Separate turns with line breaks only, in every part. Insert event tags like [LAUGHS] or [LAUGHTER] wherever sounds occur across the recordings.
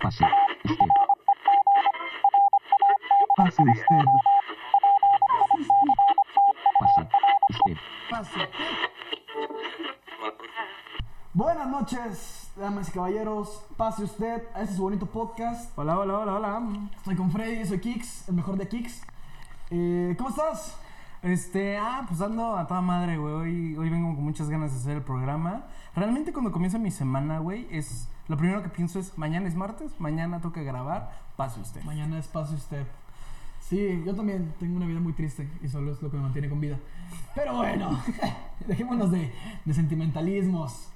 Pase usted.
Pase usted.
Pase usted.
Pase usted. Buenas noches, damas y caballeros. Pase usted a este su bonito podcast.
Hola, hola, hola, hola.
Estoy con Freddy, soy Kix, el mejor de Kix. Eh, ¿Cómo estás?
Este, ah, pues ando a toda madre, güey. Hoy, hoy vengo con muchas ganas de hacer el programa. Realmente cuando comienza mi semana, güey, es... Lo primero que pienso es, mañana es martes, mañana toca grabar, pase usted.
Mañana es Pase usted. Sí, yo también tengo una vida muy triste y solo es lo que me mantiene con vida. Pero bueno, [LAUGHS] dejémonos de, de sentimentalismos.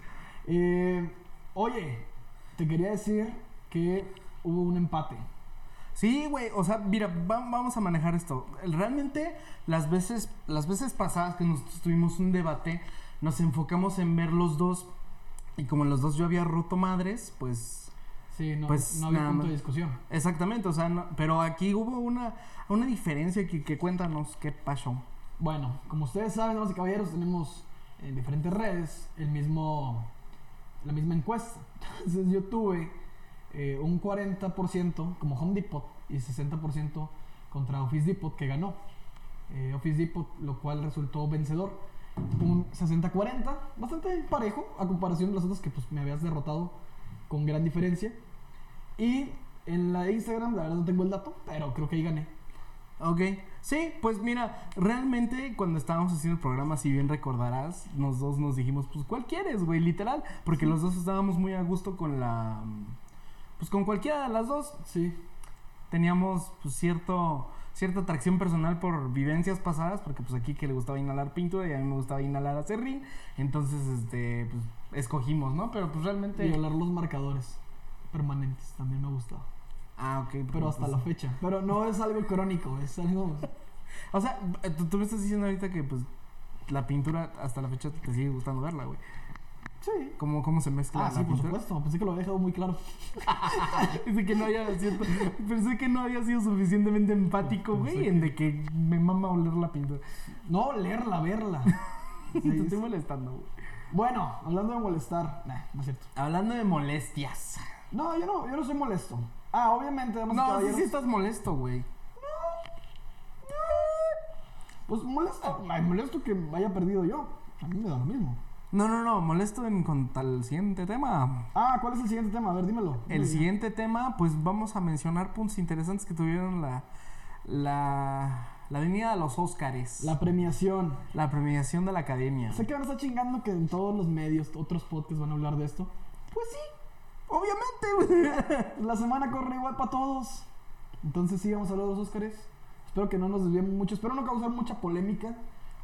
Eh, oye, te quería decir que hubo un empate.
Sí, güey, o sea, mira, va- vamos a manejar esto. Realmente las veces, las veces pasadas que nosotros tuvimos un debate, nos enfocamos en ver los dos y como en los dos yo había roto madres, pues
Sí, no,
Pues,
no había
nada
punto
más.
de discusión.
exactamente, o sea, no- pero aquí hubo una, una diferencia que, que cuéntanos qué pasó.
Bueno, como ustedes saben, damas y caballeros, tenemos en diferentes redes el mismo, la misma encuesta. [LAUGHS] Entonces yo tuve eh, un 40% como Home Depot y 60% contra Office Depot que ganó. Eh, Office Depot, lo cual resultó vencedor. Un 60-40, bastante parejo a comparación de las otras que pues, me habías derrotado con gran diferencia. Y en la de Instagram, la verdad no tengo el dato, pero creo que ahí gané.
Ok, sí, pues mira, realmente cuando estábamos haciendo el programa, si bien recordarás, los dos nos dijimos, pues cuál quieres, güey, literal, porque los dos estábamos muy a gusto con la... Pues con cualquiera de las dos,
Sí,
teníamos pues, cierto cierta atracción personal por vivencias pasadas porque pues aquí que le gustaba inhalar pintura y a mí me gustaba inhalar acerrín entonces este pues escogimos no pero pues realmente
violar los marcadores permanentes también me gusta
ah ok
pero hasta la fecha pero no es algo crónico es algo
o sea eh, tú, tú me estás diciendo ahorita que pues la pintura hasta la fecha te sigue gustando verla güey
sí
cómo cómo se mezcla
ah
la
sí por
pintura [LAUGHS]
supuesto pensé que lo había dejado muy claro
Pensé que no había sido, pensé que no había sido suficientemente empático
Pues, Pensé
güey
que-
en de que me mama oler la pintura
no leerla
[LAUGHS]
verla Sí,
te
es-
estoy molestando güey.
bueno hablando de molestar nah, no es cierto
hablando de molestias
no yo no yo no soy molesto ah obviamente damas y
No, sí,
caballeros,
sí estás molesto, güey.
pues molesto ay, molesto que haya perdido yo a mí me da lo mismo
No, no, no, molesto en cuanto al siguiente tema.
ah cuál es el siguiente tema a ver dímelo
El siguiente tema, pues vamos a mencionar puntos interesantes que tuvieron la la la venida de los Óscares.
la premiación
La premiación de la academia.
sé que van a estar chingando que en todos los medios otros podcasts van a hablar de esto pues sí
Obviamente, güey.
La semana corre igual para todos. Entonces sí, vamos a hablar de los Óscares. Espero que no nos desviemos mucho. Espero no causar mucha polémica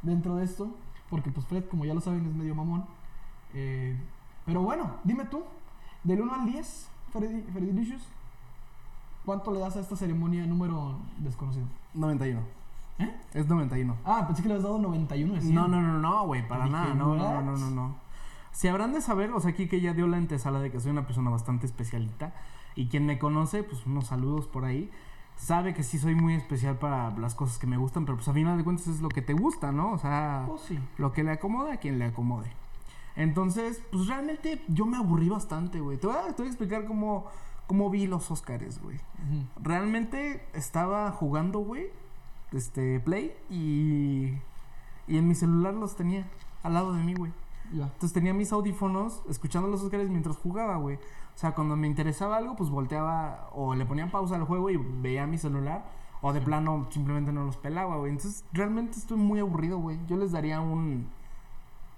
dentro de esto. Porque pues Fred, como ya lo saben, es medio mamón. Eh, pero bueno, dime tú, del 1 al 10, Freddy, Freddy Licious, ¿cuánto le das a esta ceremonia número desconocido?
91.
¿Eh?
Es 91.
Ah, pensé que le habías dado 91 de 100.
No, no, no, no, güey, para
Dije,
nada. No, no,
"What?"
no, no, no. Si habrán de saber, o sea, aquí que ya dio la antesala de que soy una persona bastante especialita. Y quien me conoce, pues unos saludos por ahí. Sabe que sí soy muy especial para las cosas que me gustan, pero pues a final de cuentas es lo que te gusta, ¿no? O sea,
Pues sí.
lo que le acomode a quien le acomode. Entonces, pues realmente yo me aburrí bastante, güey. Te voy a, te voy a explicar cómo, cómo vi los Oscars, güey.
Ujú.
Realmente estaba jugando, güey, este, Play y, y en mi celular los tenía al lado de mí, güey.
Ya.
Entonces tenía mis audífonos escuchando los Oscars mientras jugaba, güey. O sea, cuando me interesaba algo, pues volteaba o le ponía pausa al juego y veía mi celular. O de plano simplemente no los pelaba, güey. Entonces realmente estoy muy aburrido, güey. Yo les daría un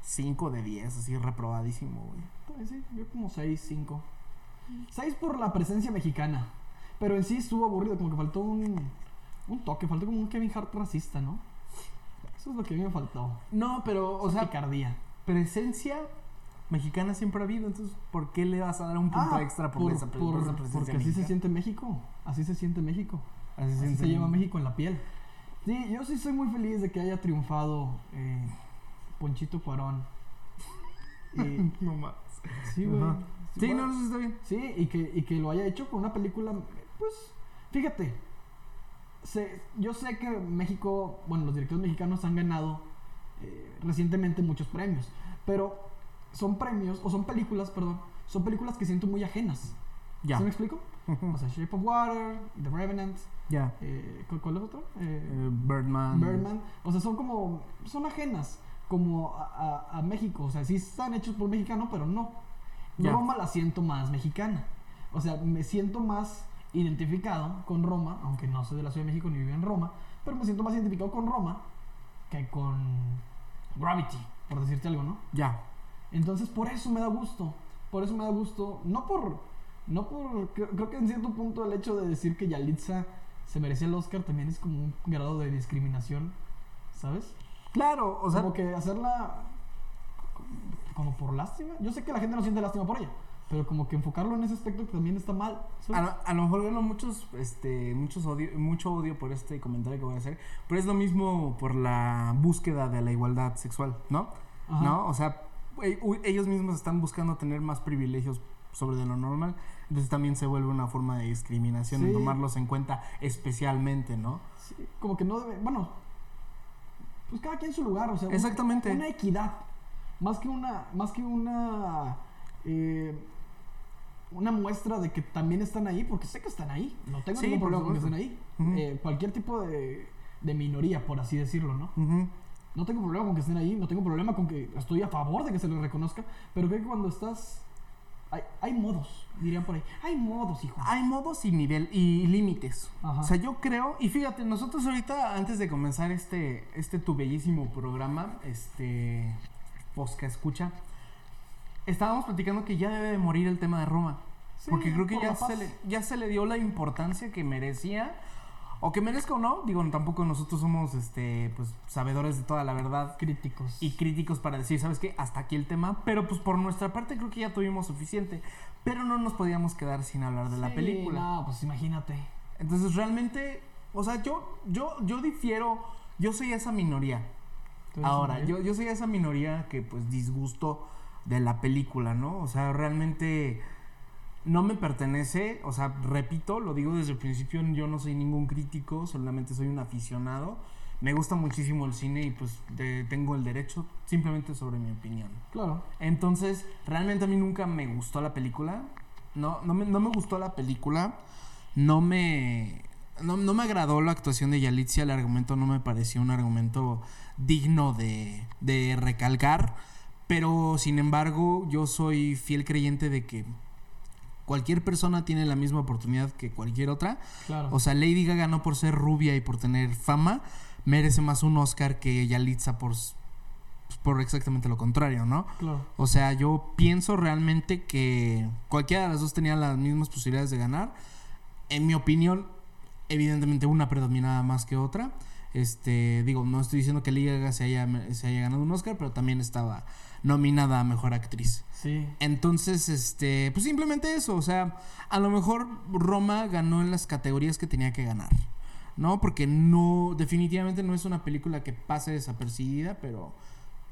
5 de 10, así reprobadísimo, güey.
Está bien, Pues sí, yo como 6, 5. 6 por la presencia mexicana. Pero en sí estuvo aburrido, como que faltó un, un toque, faltó como un Kevin Hart racista, ¿no? Eso es lo que a mí me faltó.
No, pero, o
O sea,
sea,
picardía.
presencia mexicana siempre ha habido, entonces ¿por qué le vas a dar un punto extra por, esa, pre- por esa
Ah,
presencia
Porque así se
mexicana?
siente México. Así se siente México.
Así se
Así
siente
se lleva
bien.
México en la piel. Sí, yo sí soy muy feliz de que haya triunfado eh, Ponchito Cuarón. Y-
No más.
sí, güey.
Ajá. Sí,
Bueno,
no, no, está bien.
Sí, y que, y que lo haya hecho con una película, pues, fíjate, se- yo sé que México, bueno, los directores mexicanos han ganado eh, recientemente muchos premios, pero son premios, o son películas, perdón, son películas que siento muy ajenas.
Ya.
¿Sí me explico? O sea, Shape of Water, The Revenant,
Ya.
eh, ¿cu- ¿cuál es otro? Eh,
Eh, Birdman.
Birdman. O sea, son como. Son ajenas como a, a- a México. O sea, sí están hechos por mexicano, pero no.
Ya.
Roma la siento más mexicana. O sea, me siento más identificado con Roma, aunque no soy de la Ciudad de México ni vivo en Roma, pero me siento más identificado con Roma que con Gravity, por decirte algo, ¿no?
Ya.
Entonces, por eso me da gusto. Por eso me da gusto. No por. No por. Creo, creo que en cierto punto el hecho de decir que Yalitza se merecía el Oscar también es como un grado de discriminación. ¿Sabes?
Claro, o sea,
como que hacerla. Como por lástima. Yo sé que la gente no siente lástima por ella. Pero como que enfocarlo en ese aspecto que también está mal.
a,
¿sabes?
lo- a lo mejor gano muchos, este, muchos odio, mucho odio por este comentario que voy a hacer, pero es lo mismo por la búsqueda de la igualdad sexual, ¿no?
Ajá.
Ah, ¿No? O sea, e- u- ellos mismos están buscando tener más privilegios sobre de lo normal, entonces también se vuelve una forma de discriminación en
Sí.
tomarlos en cuenta especialmente, ¿no?
Sí, como que no debe. Bueno. Pues cada quien su lugar. O sea, un-
Exactamente.
una equidad más que una más que una eh, una muestra de que también están ahí porque sé que están ahí no tengo
Sí,
ningún
por
problema con que estén
supuesto.
ahí
Ujú.
Eh, cualquier tipo de, de minoría por así decirlo no
Ujú.
no tengo problema con que estén ahí no tengo problema con que estoy a favor de que se les reconozca pero creo que cuando estás hay, hay modos dirían por ahí hay modos hijo
Hay modos y nivel y límites.
Ah. Ajá.
O sea, yo creo, y fíjate, nosotros ahorita, antes de comenzar este, este tu bellísimo programa, este Posca Escucha, estábamos platicando que ya debe de morir el tema de Roma.
Sí,
porque creo que
por
ya
la paz.
se, le, ya se le dio la importancia que merecía. O que merezca o no, digo, tampoco nosotros somos este pues sabedores de toda la verdad
críticos
y críticos para decir, ¿sabes qué? Hasta aquí el tema. Pero pues por nuestra parte creo que ya tuvimos suficiente. Pero no nos podíamos quedar sin hablar de la
Sí,
película.
no pues imagínate
Entonces realmente, o sea, yo, yo, yo difiero, yo soy esa minoría.
Tú ¿eh? eres
Ahora,
un-
yo, yo soy esa minoría que pues disgusto de la película, ¿no? O sea, realmente no me pertenece, o sea, repito, lo digo desde el principio, yo no soy ningún crítico, solamente soy un aficionado. Me gusta muchísimo el cine y pues de- tengo el derecho simplemente sobre mi opinión.
claro
Entonces, realmente a mí nunca me gustó la película. No, no, me, no me gustó la película. No me. No, no me agradó la actuación de Yalitza. El argumento no me pareció un argumento digno de, de recalcar. Pero sin embargo, yo soy fiel creyente de que cualquier persona tiene la misma oportunidad que cualquier otra.
claro
O sea, Lady Gaga no por ser rubia y por tener fama merece más un Oscar que Yalitza por, s- por exactamente lo contrario, ¿no?
claro
O sea, yo pienso realmente que cualquiera de las dos tenía las mismas posibilidades de ganar. En mi opinión, evidentemente una predominaba más que otra. Este, digo, no estoy diciendo que Lady Gaga se haya, se haya ganado un Oscar, pero también estaba nominada a Mejor Actriz.
sí
Entonces, este, pues simplemente eso, o sea, a lo mejor Roma ganó en las categorías que tenía que ganar, ¿no? Porque no, definitivamente no es una película que pase desapercibida, pero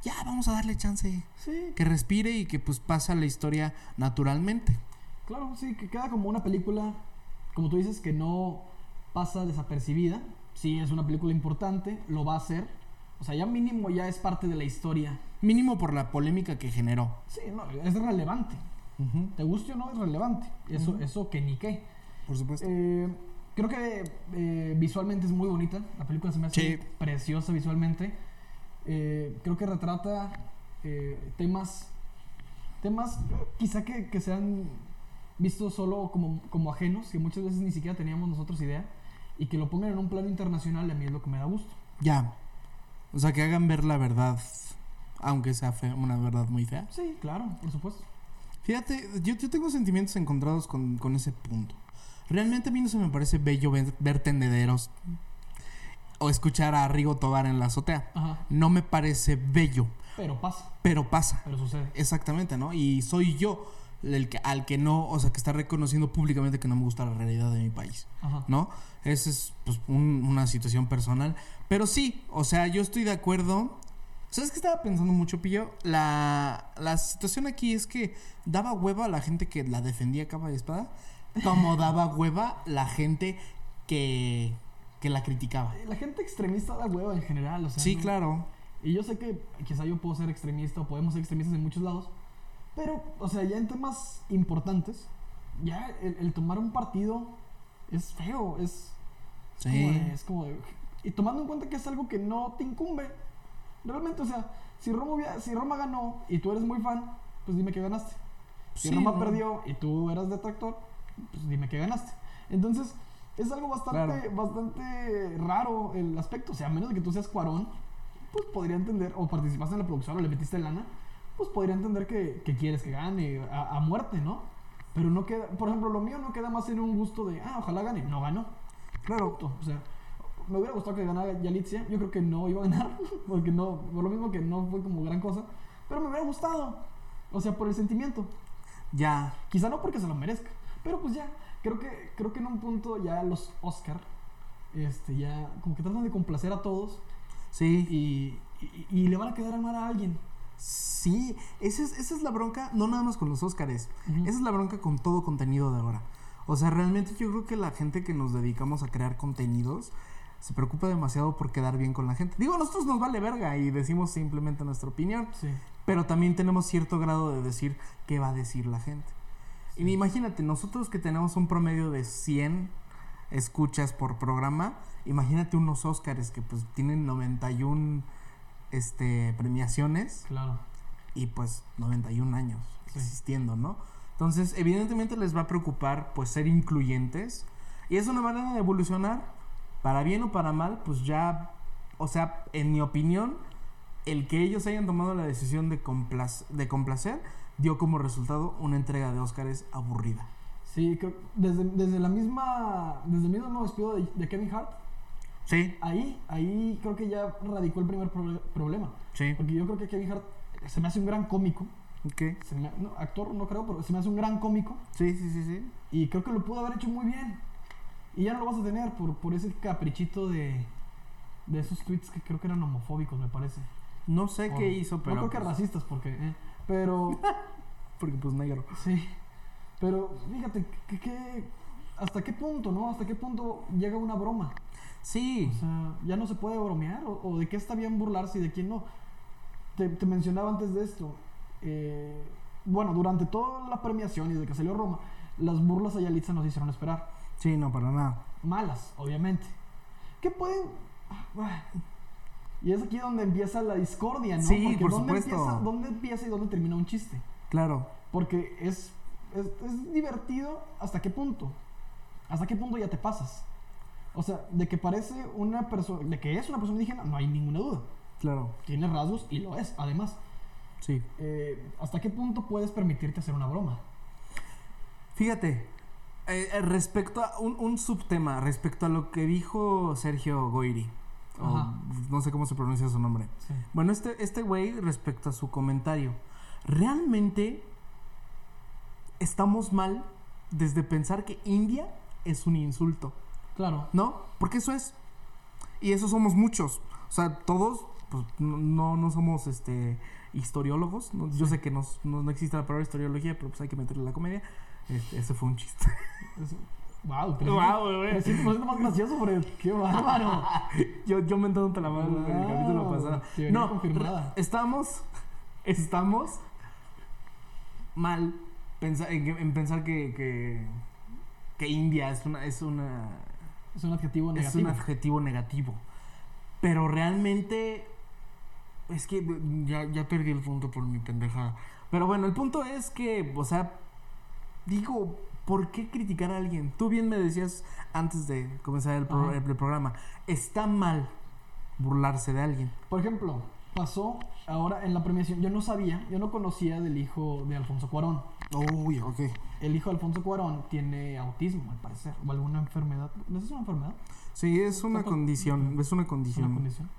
ya vamos a darle chance,
sí
que respire y que pues pasa la historia naturalmente.
Claro, sí, que queda como una película, como tú dices, que no pasa desapercibida. Sí, es una película importante, lo va a ser. O sea, ya mínimo ya es parte de la historia.
Mínimo por la polémica que generó.
Sí, no, es relevante.
Ujú,
Te guste o no, es relevante. Eso, eso que ni qué.
Por supuesto.
Eh, creo que eh, visualmente es muy bonita. La película se me hace
Sí.
preciosa visualmente. Eh, creo que retrata eh, temas. Temas quizá que, que se han visto solo como, como ajenos, que muchas veces ni siquiera teníamos nosotros idea, y que lo pongan en un plano internacional, a mí es lo que me da gusto.
Ya. O sea, que hagan ver la verdad, aunque sea fe- una verdad muy fea.
Sí, claro, por supuesto.
Fíjate, yo, yo tengo sentimientos encontrados con, con ese punto. Realmente a mí no se me parece bello ver, ver tendederos o escuchar a Rigo Tobar en la azotea.
Ajá,
No me parece bello,
pero pasa,
pero pasa.
pero sucede.
Exactamente, ¿no? Y soy yo el que, al que no, o sea, que está reconociendo públicamente que no me gusta la realidad de mi país.
Ajá.
¿no? Esa es pues, un- una situación personal. Pero sí, o sea, yo estoy de acuerdo. ¿Sabes qué estaba pensando mucho, Pillo? La, la situación aquí es que daba hueva a la gente que la defendía a capa y espada,
[LAUGHS]
como daba hueva la gente que, que la criticaba.
La gente extremista da hueva en general, o sea.
Sí,
no-
claro.
Y yo sé que quizá yo puedo ser extremista o podemos ser extremistas en muchos lados, pero, o sea, ya en temas importantes, ya el, el tomar un partido es feo, es, es
Sí.
como de- es como de- Y tomando en cuenta que es algo que no te incumbe, realmente, o sea, si Roma, hubiera- si Roma ganó y tú eres muy fan, pues dime que ganaste. pues, Si
Sí,
Roma
no.
perdió y tú eras detractor, pues dime que ganaste. Entonces, es algo bastante, bastante raro el aspecto. O sea, a menos de que tú seas Cuarón, pues podría entender, o participaste en la producción o le metiste lana, pues podría entender que, que quieres que gane a, a muerte, ¿no? Pero no queda, por ejemplo, lo mío no queda más en un gusto de, ah, ojalá gane. No ganó.
Claro,
Punto. O sea, me hubiera gustado que ganara Yalitza. Yo creo que no iba a ganar, [LAUGHS] porque no, por lo mismo que no fue como gran cosa. Pero me hubiera gustado. O sea, por el sentimiento.
ya.
Quizá no porque se lo merezca, pero pues ya, creo que, creo que en un punto ya los Oscar, este, ya como que tratan de complacer a todos
Sí.
y, y- y le van a quedar mal a alguien.
Sí, esa es, esa es la bronca, no nada más con los Óscares,
Ujú.
esa es la bronca con todo contenido de ahora. O sea, realmente yo creo que la gente que nos dedicamos a crear contenidos se preocupa demasiado por quedar bien con la gente. Digo, a nosotros nos vale verga y decimos simplemente nuestra opinión,
Sí.
pero también tenemos cierto grado de decir qué va a decir la gente. Y imagínate, nosotros que tenemos un promedio de 100 escuchas por programa, imagínate unos Óscares que pues tienen 91 este, premiaciones
Claro.
y pues 91 años
Sí.
existiendo, ¿no? Entonces, evidentemente les va a preocupar pues ser incluyentes y es una manera de evolucionar para bien o para mal, pues ya, o sea, en mi opinión, el que ellos hayan tomado la decisión de, complac- de complacer dio como resultado una entrega de Óscares aburrida.
Sí, creo- desde, desde la misma, desde el mismo despido de, de Kevin Hart,
Sí,
ahí, ahí creo que ya radicó el primer proble- problema.
sí.
Porque yo creo que Kevin Hart se me hace un gran cómico,
Ok.
se me- no, actor no creo, pero se me hace un gran cómico.
Sí, sí, sí, sí.
Y creo que lo pudo haber hecho muy bien. Y ya no lo vas a tener por, por ese caprichito de, de esos tweets que creo que eran homofóbicos, me parece.
No sé
O-
qué hizo, pero...
No creo que
pues,
racistas, porque. eh,
[LAUGHS]
pero.
porque pues negro.
sí. Pero fíjate, que, que- ¿hasta qué punto, no? ¿Hasta qué punto llega una broma?
Sí.
O sea, ¿ya no se puede bromear? ¿O, o de qué está bien burlarse y de quién no? Te, te mencionaba antes de esto. eh, bueno, durante toda la premiación y desde que salió Roma, las burlas a Yalitza nos hicieron esperar.
Sí, no, para nada.
malas, obviamente. ¿Qué pueden...? Ah, Y es aquí donde empieza la discordia, ¿no?
Sí, por
¿dónde
supuesto.
Empieza, ¿Dónde empieza y dónde termina un chiste?
Claro.
Porque es, es, es divertido hasta qué punto. Hasta qué punto ya te pasas. O sea, de que parece una persona... De que es una persona indígena, no hay ninguna duda.
Claro.
Tiene rasgos y lo es, además.
Sí.
Eh, ¿Hasta qué punto puedes permitirte hacer una broma?
Fíjate, eh, eh, respecto a un, un subtema, respecto a lo que dijo Sergio Goiri, o
Ajá.
no sé cómo se pronuncia su nombre.
Sí.
Bueno, este, este güey, respecto a su comentario, realmente estamos mal desde pensar que India es un insulto,
Claro.
¿no? Porque eso es. Y eso somos muchos. O sea, todos, pues no- no, no somos este historiólogos. No, Yo sé que nos- no, no existe la palabra historiología, pero pues hay que meterle la comedia. Este, ese fue un chiste.
Es- Wow,
[LAUGHS] Guau,
300%
güey.
300% más gracioso, Fred. Qué bárbaro.
Yo, yo mentándote la madre en el
Wow,
capítulo pasado.
teoría
No,
confirmada.
re- estamos. Estamos mal pensa- en, que- en pensar que, que, que India es una. Es, una,
Es un adjetivo
es
negativo.
un adjetivo negativo. Pero realmente. Es que eh, ya, ya perdí el punto por mi pendejada. Pero bueno, el punto es que, o sea, digo, ¿por qué criticar a alguien? Tú bien me decías antes de comenzar el, pro-
Ajá.
el programa, está mal burlarse de alguien.
Por ejemplo, pasó ahora en la premiación. Yo no sabía, yo no conocía del hijo de Alfonso Cuarón.
Uy, ok.
El hijo de Alfonso Cuarón tiene autismo, al parecer, o alguna enfermedad. ¿No es una enfermedad?
Sí, es una
Ojo.
condición, es una
Es una
condición.
condición.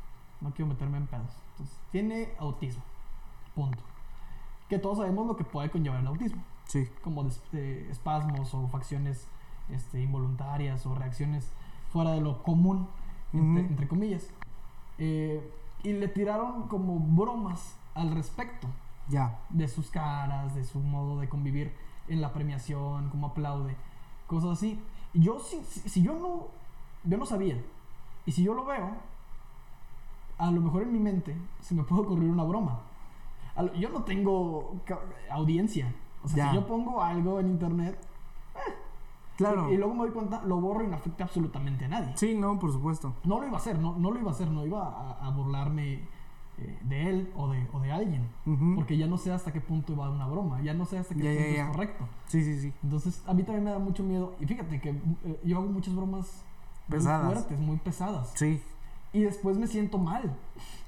No quiero meterme en pedos. Entonces, tiene autismo. Punto. Que todos sabemos lo que puede conllevar el autismo.
Sí,
como des- eh, espasmos o facciones este, involuntarias o reacciones fuera de lo común, entre,
Ujú.
entre comillas. Eh, y le tiraron como bromas al respecto
ya.
de sus caras, de su modo de convivir en la premiación, cómo aplaude, cosas así. Y Yo si, si, si yo no yo no sabía. Y si yo lo veo, a lo mejor en mi mente se me puede ocurrir una broma. A lo- Yo no tengo ca- audiencia. O sea,
Ya.
si yo pongo algo en internet, eh,
Claro.
Y, y luego me doy cuenta, lo borro y no afecta absolutamente a nadie.
Sí, no, por supuesto.
No lo iba a hacer, no, no lo iba a hacer, no iba a, a burlarme eh, de él o de, o de alguien.
Ujú.
Porque ya no sé hasta qué punto va una broma, ya no sé hasta qué
Ya, ya,
punto
ya.
es correcto.
Sí, sí, sí.
Entonces, a mí también me da mucho miedo. Y fíjate que eh, yo hago muchas bromas muy
Pesadas.
fuertes, muy pesadas.
Sí.
Y después me siento mal. [LAUGHS]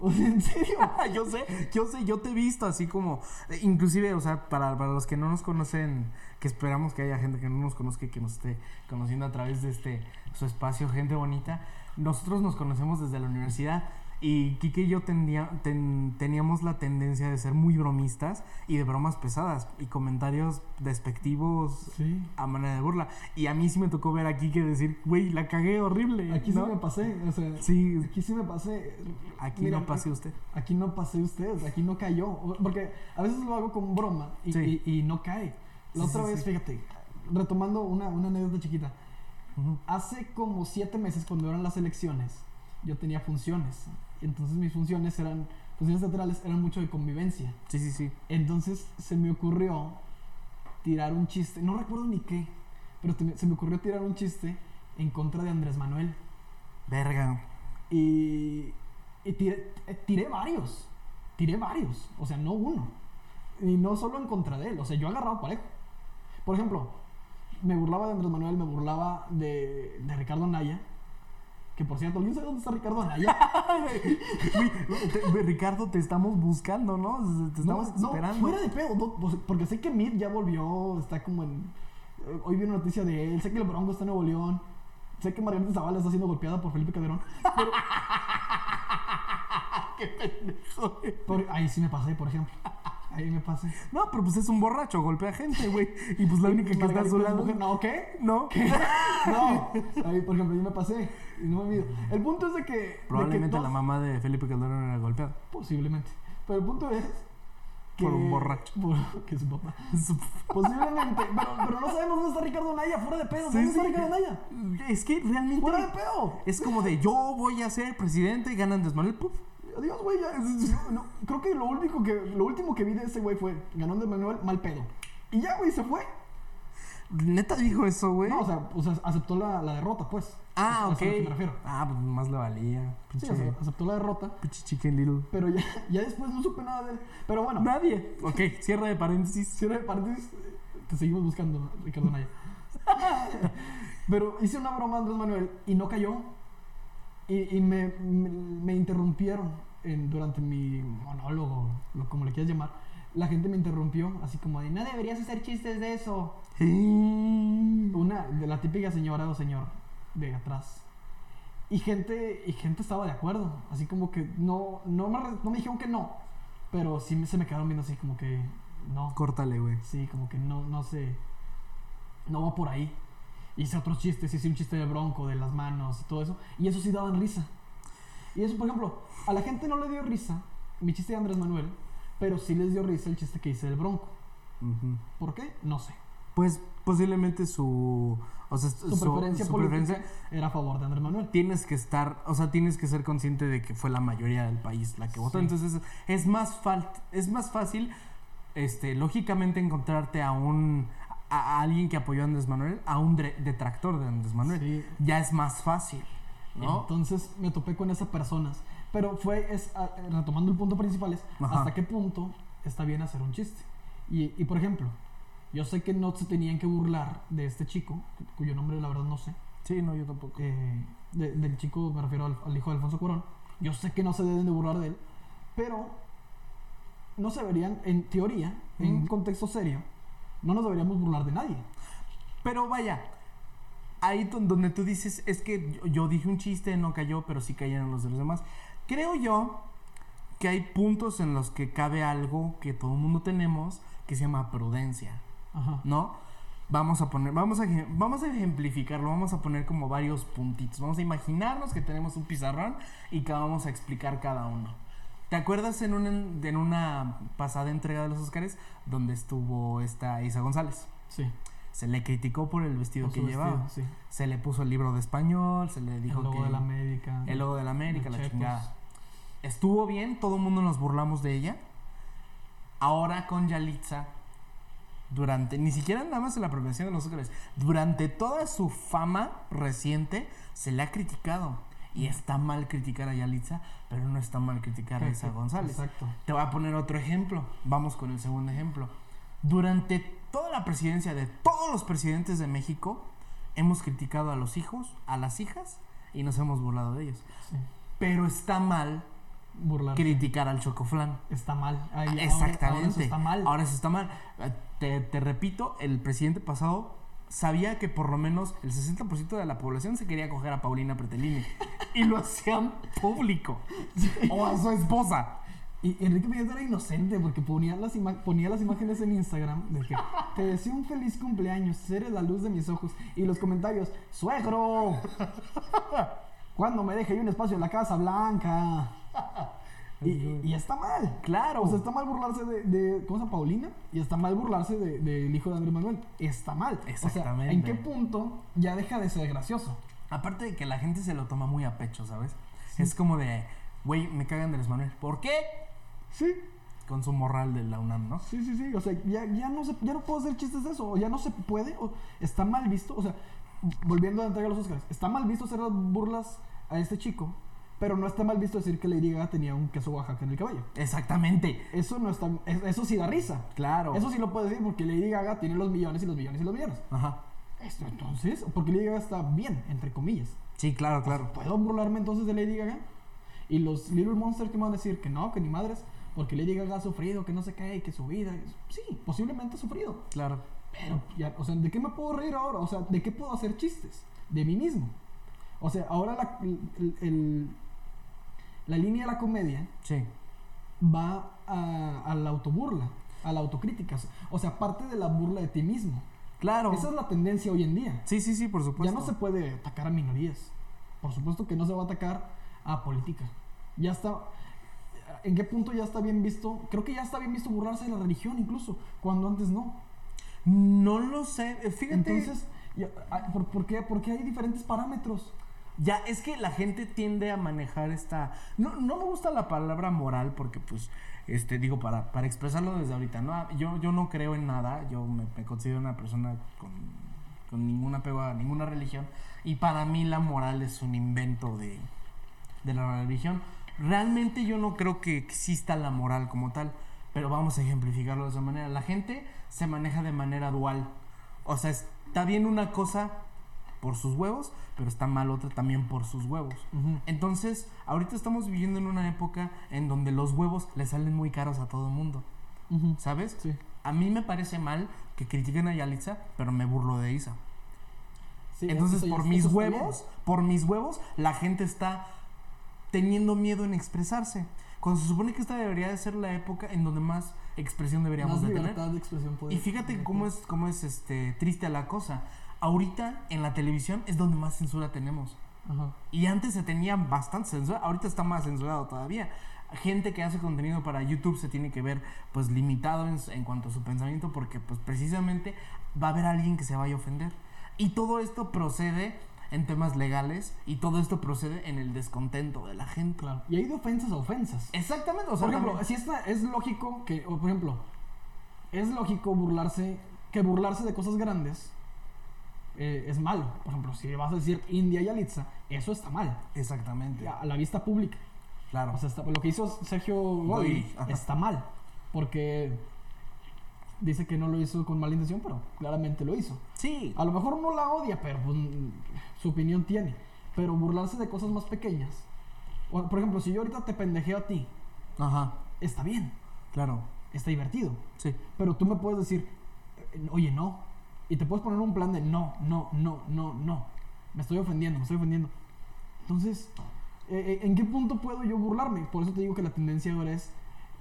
O sea, en serio.
[LAUGHS] yo sé, yo sé, yo te he visto así como, eh, inclusive, o sea, para, para los que no nos conocen, que esperamos que haya gente que no nos conozca y que nos esté conociendo a través de este, su espacio, gente bonita, nosotros nos conocemos desde la universidad y Kike y yo tendía- ten- teníamos la tendencia de ser muy bromistas y de bromas pesadas y comentarios despectivos
Sí.
a manera de burla. Y a mí sí me tocó ver a Kike decir, güey, la cagué horrible.
Aquí
¿no?
sí me pasé. O sea,
Sí,
aquí sí me pasé.
aquí
Mira,
no pase usted.
Aquí no pasé ustedes, aquí no cayó. O- Porque a veces lo hago con broma y,
Sí.
y- y no cae. La
Sí,
otra
sí,
vez,
sí.
fíjate, retomando una, una anécdota chiquita.
Ujú.
Hace como siete meses, cuando eran las elecciones, yo tenía funciones. Entonces mis funciones eran, funciones teatrales eran mucho de convivencia.
Sí, sí, sí.
Entonces se me ocurrió tirar un chiste, no recuerdo ni qué, pero te- se me ocurrió tirar un chiste en contra de Andrés Manuel.
Verga.
Y, y tiré, eh, tiré varios. Tiré varios. O sea, no uno. Y no solo en contra de él. O sea, yo agarraba parejo. Por ejemplo, me burlaba de Andrés Manuel, me burlaba de, de Ricardo Anaya. Que por cierto, ¿alguien sabe dónde está Ricardo Anaya?
Güey, te- güey, Ricardo, te estamos buscando, ¿no? Te estamos
no,
esperando.
fuera de pedo. no, o sea, porque sé que Mid ya volvió, está como en. eh, Hoy vi una noticia de él. Sé que el Bronco está en Nuevo León. Sé que Margarita Zavala está siendo golpeada por Felipe Calderón.
[LAUGHS]
Por- ahí sí me pasé, por ejemplo. Ahí me pasé.
No, pero pues es un borracho, golpea gente, güey. Y pues la única que está a
Margarita
su
es
lado.
mujer. No, ¿qué?
No.
No. Ahí, por ejemplo, yo me pasé y no me mido. El punto es de que. de que
Probablemente
todos-
la mamá de Felipe Calderón era golpeada.
Posiblemente. Pero el punto es.
Por un borracho.
por- que su papá.
Pues,
Posiblemente. [LAUGHS] pero, pero no sabemos dónde está Ricardo Anaya, fuera de pedo.
Sí,
¿Dónde está
sí.
Ricardo Anaya?
Es que realmente.
¡Fuera de pedo!
Es como de yo voy a ser presidente y gana Andrés Manuel. Puf.
Adiós, güey. ya. No, creo que lo, único que lo último que vi de ese güey fue ganó de Manuel, mal pedo. Y ya, güey, se fue.
Neta dijo eso, güey.
No, o sea, o sea, aceptó la, la derrota, pues.
ah,
Eso es
ok.
a lo que me refiero.
Ah, pues más le valía.
Sí,
Pinche,
o sea, aceptó la derrota.
pinche chicken little.
Pero ya, ya después no supe nada de él. Pero bueno,
Nadie. Ok, cierre de paréntesis.
cierre de paréntesis. Te seguimos buscando, Ricardo Anaya. Pero hice una broma a Andrés Manuel y no cayó. Y, y me, me, me interrumpieron en- durante mi monólogo, lo, como le quieras llamar. La gente me interrumpió, así como de, no deberías hacer chistes de eso. Una, de la típica señora o señor de atrás. Y gente, y gente estaba de acuerdo. Así como que no, no, me, re- no me dijeron que no. Pero sí me- se me quedaron viendo así como que no.
Córtale, güey.
Sí, como que no, no sé. No va por ahí. Hice otros chistes, hice un chiste de bronco, de las manos y todo eso. Y eso sí daban risa. Y eso, por ejemplo, a la gente no le dio risa mi chiste de Andrés Manuel, pero sí les dio risa el chiste que hice del bronco.
Ujú.
¿Por qué? No sé.
Pues posiblemente su. O sea,
Su, preferencia
su
política
preferencia-
era a favor de Andrés Manuel.
Tienes que estar, o sea, tienes que ser consciente de que fue la mayoría del país la que votó.
Sí.
Entonces es más fal- es más fácil, este, lógicamente encontrarte a un a, a alguien que apoyó a Andrés Manuel, a un dre- detractor de Andrés Manuel.
Sí.
Ya es más fácil, ¿no?
Entonces me topé con esas personas. Pero fue, es, a- retomando el punto principal, es
Ajá.
hasta qué punto está bien hacer un chiste. Y, y, por ejemplo, yo sé que no se tenían que burlar de este chico, cuyo nombre la verdad no sé.
sí, no, yo tampoco.
eh, de- del chico, me refiero al, al hijo de Alfonso Cuarón. Yo sé que no se deben de burlar de él, pero no se deberían, en teoría, en un
Ujú.
contexto serio, no nos deberíamos burlar de nadie.
Pero vaya, ahí don- donde tú dices, es que yo, yo dije un chiste, no cayó, pero sí cayeron los de los demás. Creo yo que hay puntos en los que cabe algo que todo el mundo tenemos que se llama prudencia,
Ajá.
¿no? Vamos a poner, vamos a, ejem- vamos a ejemplificarlo, vamos a poner como varios puntitos. Vamos a imaginarnos que tenemos un pizarrón y que vamos a explicar cada uno. ¿Te acuerdas en una, en una pasada entrega de los Oscars donde estuvo esta Isa González?
Sí.
Se le criticó por el vestido
por
que
su vestido,
llevaba.
sí.
Se le puso el libro de español, se le dijo
el logo
que
de la América.
el logo de la América,
Los
la
chetos.
chingada. Estuvo bien, todo el mundo nos burlamos de ella. Ahora con Yalitza durante, ni siquiera nada más en la premiación de los Óscares, durante toda su fama reciente se le ha criticado.
Mm.
Y está mal criticar a Yalitza, pero no está mal criticar a Isa González.
Exacto.
Te voy a poner otro ejemplo. Vamos con el segundo ejemplo. Durante toda la presidencia de todos los presidentes de México, hemos criticado a los hijos, a las hijas, y nos hemos burlado de ellos.
Sí.
Pero está mal
Burlar.
criticar al chocoflan.
Está mal. Ahí, ahora-
Exactamente.
ahora eso está mal.
Ahora eso está mal. Eh, Te, te repito, el presidente pasado sabía que por lo menos el 60% de la población se quería coger a Paulina Pretelini. y lo hacían
[LAUGHS]
público. O a su esposa.
Y Enrique Peña era inocente porque ponía las, ima- ponía las imágenes en Instagram de
[LAUGHS]
que te deseo un feliz cumpleaños, eres la luz de mis ojos. Y los comentarios,
[LAUGHS]
suegro, cuando me deje yo un espacio en la Casa
[LAUGHS]
Blanca. Y, y- y está mal.
Claro.
O sea, está mal burlarse de, de- ¿cómo se llama? Paulina? Y está mal burlarse de- del hijo de Andrés Manuel. Está mal. O sea,
Exactamente.
¿en qué punto ya deja de ser gracioso?
Aparte de que la gente se lo toma muy a pecho, ¿sabes? Es como de, güey, me cagan de Manuel. ¿Por qué?
Sí,
Con su morral de la UNAM, ¿no?
Sí, sí, sí. O sea, ya, ya, no, se, ya no puedo hacer chistes de eso. O ya no se puede. O está mal visto. O sea, volviendo a la entrega de los Oscars. Está mal visto hacer las burlas a este chico. Pero no está mal visto decir que Lady Gaga tenía un queso Oaxaca en el cabello.
Exactamente.
Eso no está... es- Eso sí da risa.
Claro.
Eso sí lo puedes decir porque Lady Gaga tiene los millones y los millones y los millones.
Ajá.
Esto entonces... Porque Lady Gaga está bien, entre comillas.
Sí, claro, claro.
¿Puedo burlarme entonces de Lady Gaga? Y los Little Monsters que me van a decir que no, que ni madres, porque Lady Gaga ha sufrido, que no se cae, que su vida. Sí, posiblemente ha sufrido.
Claro.
Pero, ya, o sea, ¿de qué me puedo reír ahora? O sea, ¿de qué puedo hacer chistes? De mí mismo. O sea, ahora la, el- el- la línea de la comedia
Sí.
va a, a la autoburla, a la autocrítica. O sea, parte de la burla de ti mismo.
Claro.
Esa es la tendencia hoy en día.
Sí, sí, sí, por
Ya
supuesto.
no se puede atacar a minorías. Por supuesto que no se va a atacar a política. Ya está. ¿En qué punto ya está bien visto? Creo que ya está bien visto burlarse de la religión incluso, cuando antes no.
No lo sé. Eh, Fíjate.
Entonces, ya- ah, ¿por, por qué, por qué hay diferentes parámetros?
Ya, es que la gente tiende a manejar esta. No, no me gusta la palabra moral, porque, pues, este, digo, para, para expresarlo desde ahorita, ¿no? Yo, yo no creo en nada, yo me, me considero una persona con, con ningún apego a ninguna religión, y para mí la moral es un invento de, de la religión. Realmente yo no creo que exista la moral como tal, pero vamos a ejemplificarlo de esa manera. La gente se maneja de manera dual. O sea, está bien una cosa por sus huevos, pero está mal otra también por sus huevos. Entonces, ahorita estamos viviendo en una época en donde los huevos le salen muy caros a todo mundo,
Ujú.
¿sabes?
Sí.
A mí me parece mal que critiquen a Yalitza, pero me burlo de Isa.
Sí,
Entonces,
eso ya-
por
eso
mis
está
huevos, por mis huevos, la gente está teniendo miedo en expresarse. Cuando se supone que esta debería de ser la época en donde más expresión
bien.
deberíamos
Más
de tener.
libertad de expresión puede-
Y fíjate cómo es, cómo es este, triste la cosa. Ahorita en la televisión es donde más censura tenemos.
Ajá.
Y antes se tenía bastante censura, ahorita está más censurado todavía. Gente que hace contenido para YouTube se tiene que ver pues limitado en, en cuanto a su pensamiento porque pues precisamente va a haber alguien que se vaya a ofender. Y todo esto procede en temas legales y todo esto procede en el descontento de la gente.
Claro. Y hay de ofensas a ofensas.
Exactamente, o sea,
por ejemplo,
también-
si esta- es lógico que, o por ejemplo, es lógico burlarse, que burlarse de cosas grandes eh, es malo. Por ejemplo, si vas a decir India y Alitza, eso está mal.
exactamente.
A la vista pública.
Claro.
O sea, está- lo que hizo Sergio Goy
Goyri, ajá.
está mal. Porque dice que no lo hizo con mala intención, pero claramente lo hizo.
sí.
A lo mejor no la odia, pero pues, mm, su opinión tiene. Pero burlarse de cosas más pequeñas. o, por ejemplo, si yo ahorita te pendejeo a ti,
Ajá.
está bien,
Claro.
está divertido.
Sí.
Pero tú me puedes decir, eh, oye, no. Y te puedes poner un plan de no, no, no, no, no. Me estoy ofendiendo, me estoy ofendiendo. Entonces, eh, eh, ¿en qué punto puedo yo burlarme? Por eso te digo que la tendencia ahora es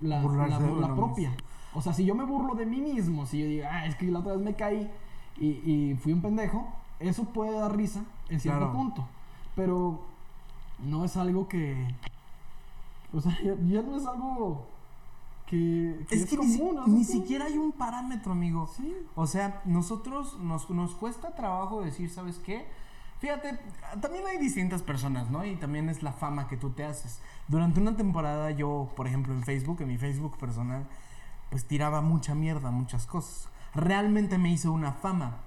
la,
Burlarse
la-
de
la
uno
propia. O sea, si yo me burlo de mí mismo, si yo digo, ah, es que la otra vez me caí y, y fui un pendejo, eso puede dar risa en cierto
Claro.
punto. Pero no es algo que. O sea, [LAUGHS] ya, ya no es algo que.
Es, que ni si-
común, ¿no?
ni
Es común.
siquiera hay un parámetro, amigo.
Sí.
O sea, nosotros nos, nos cuesta trabajo decir, ¿sabes qué? Fíjate, también hay distintas personas, ¿no? Y también es la fama que tú te haces. Durante una temporada yo, por ejemplo, en Facebook, en mi Facebook personal, pues tiraba mucha mierda, muchas cosas. realmente me hizo una fama.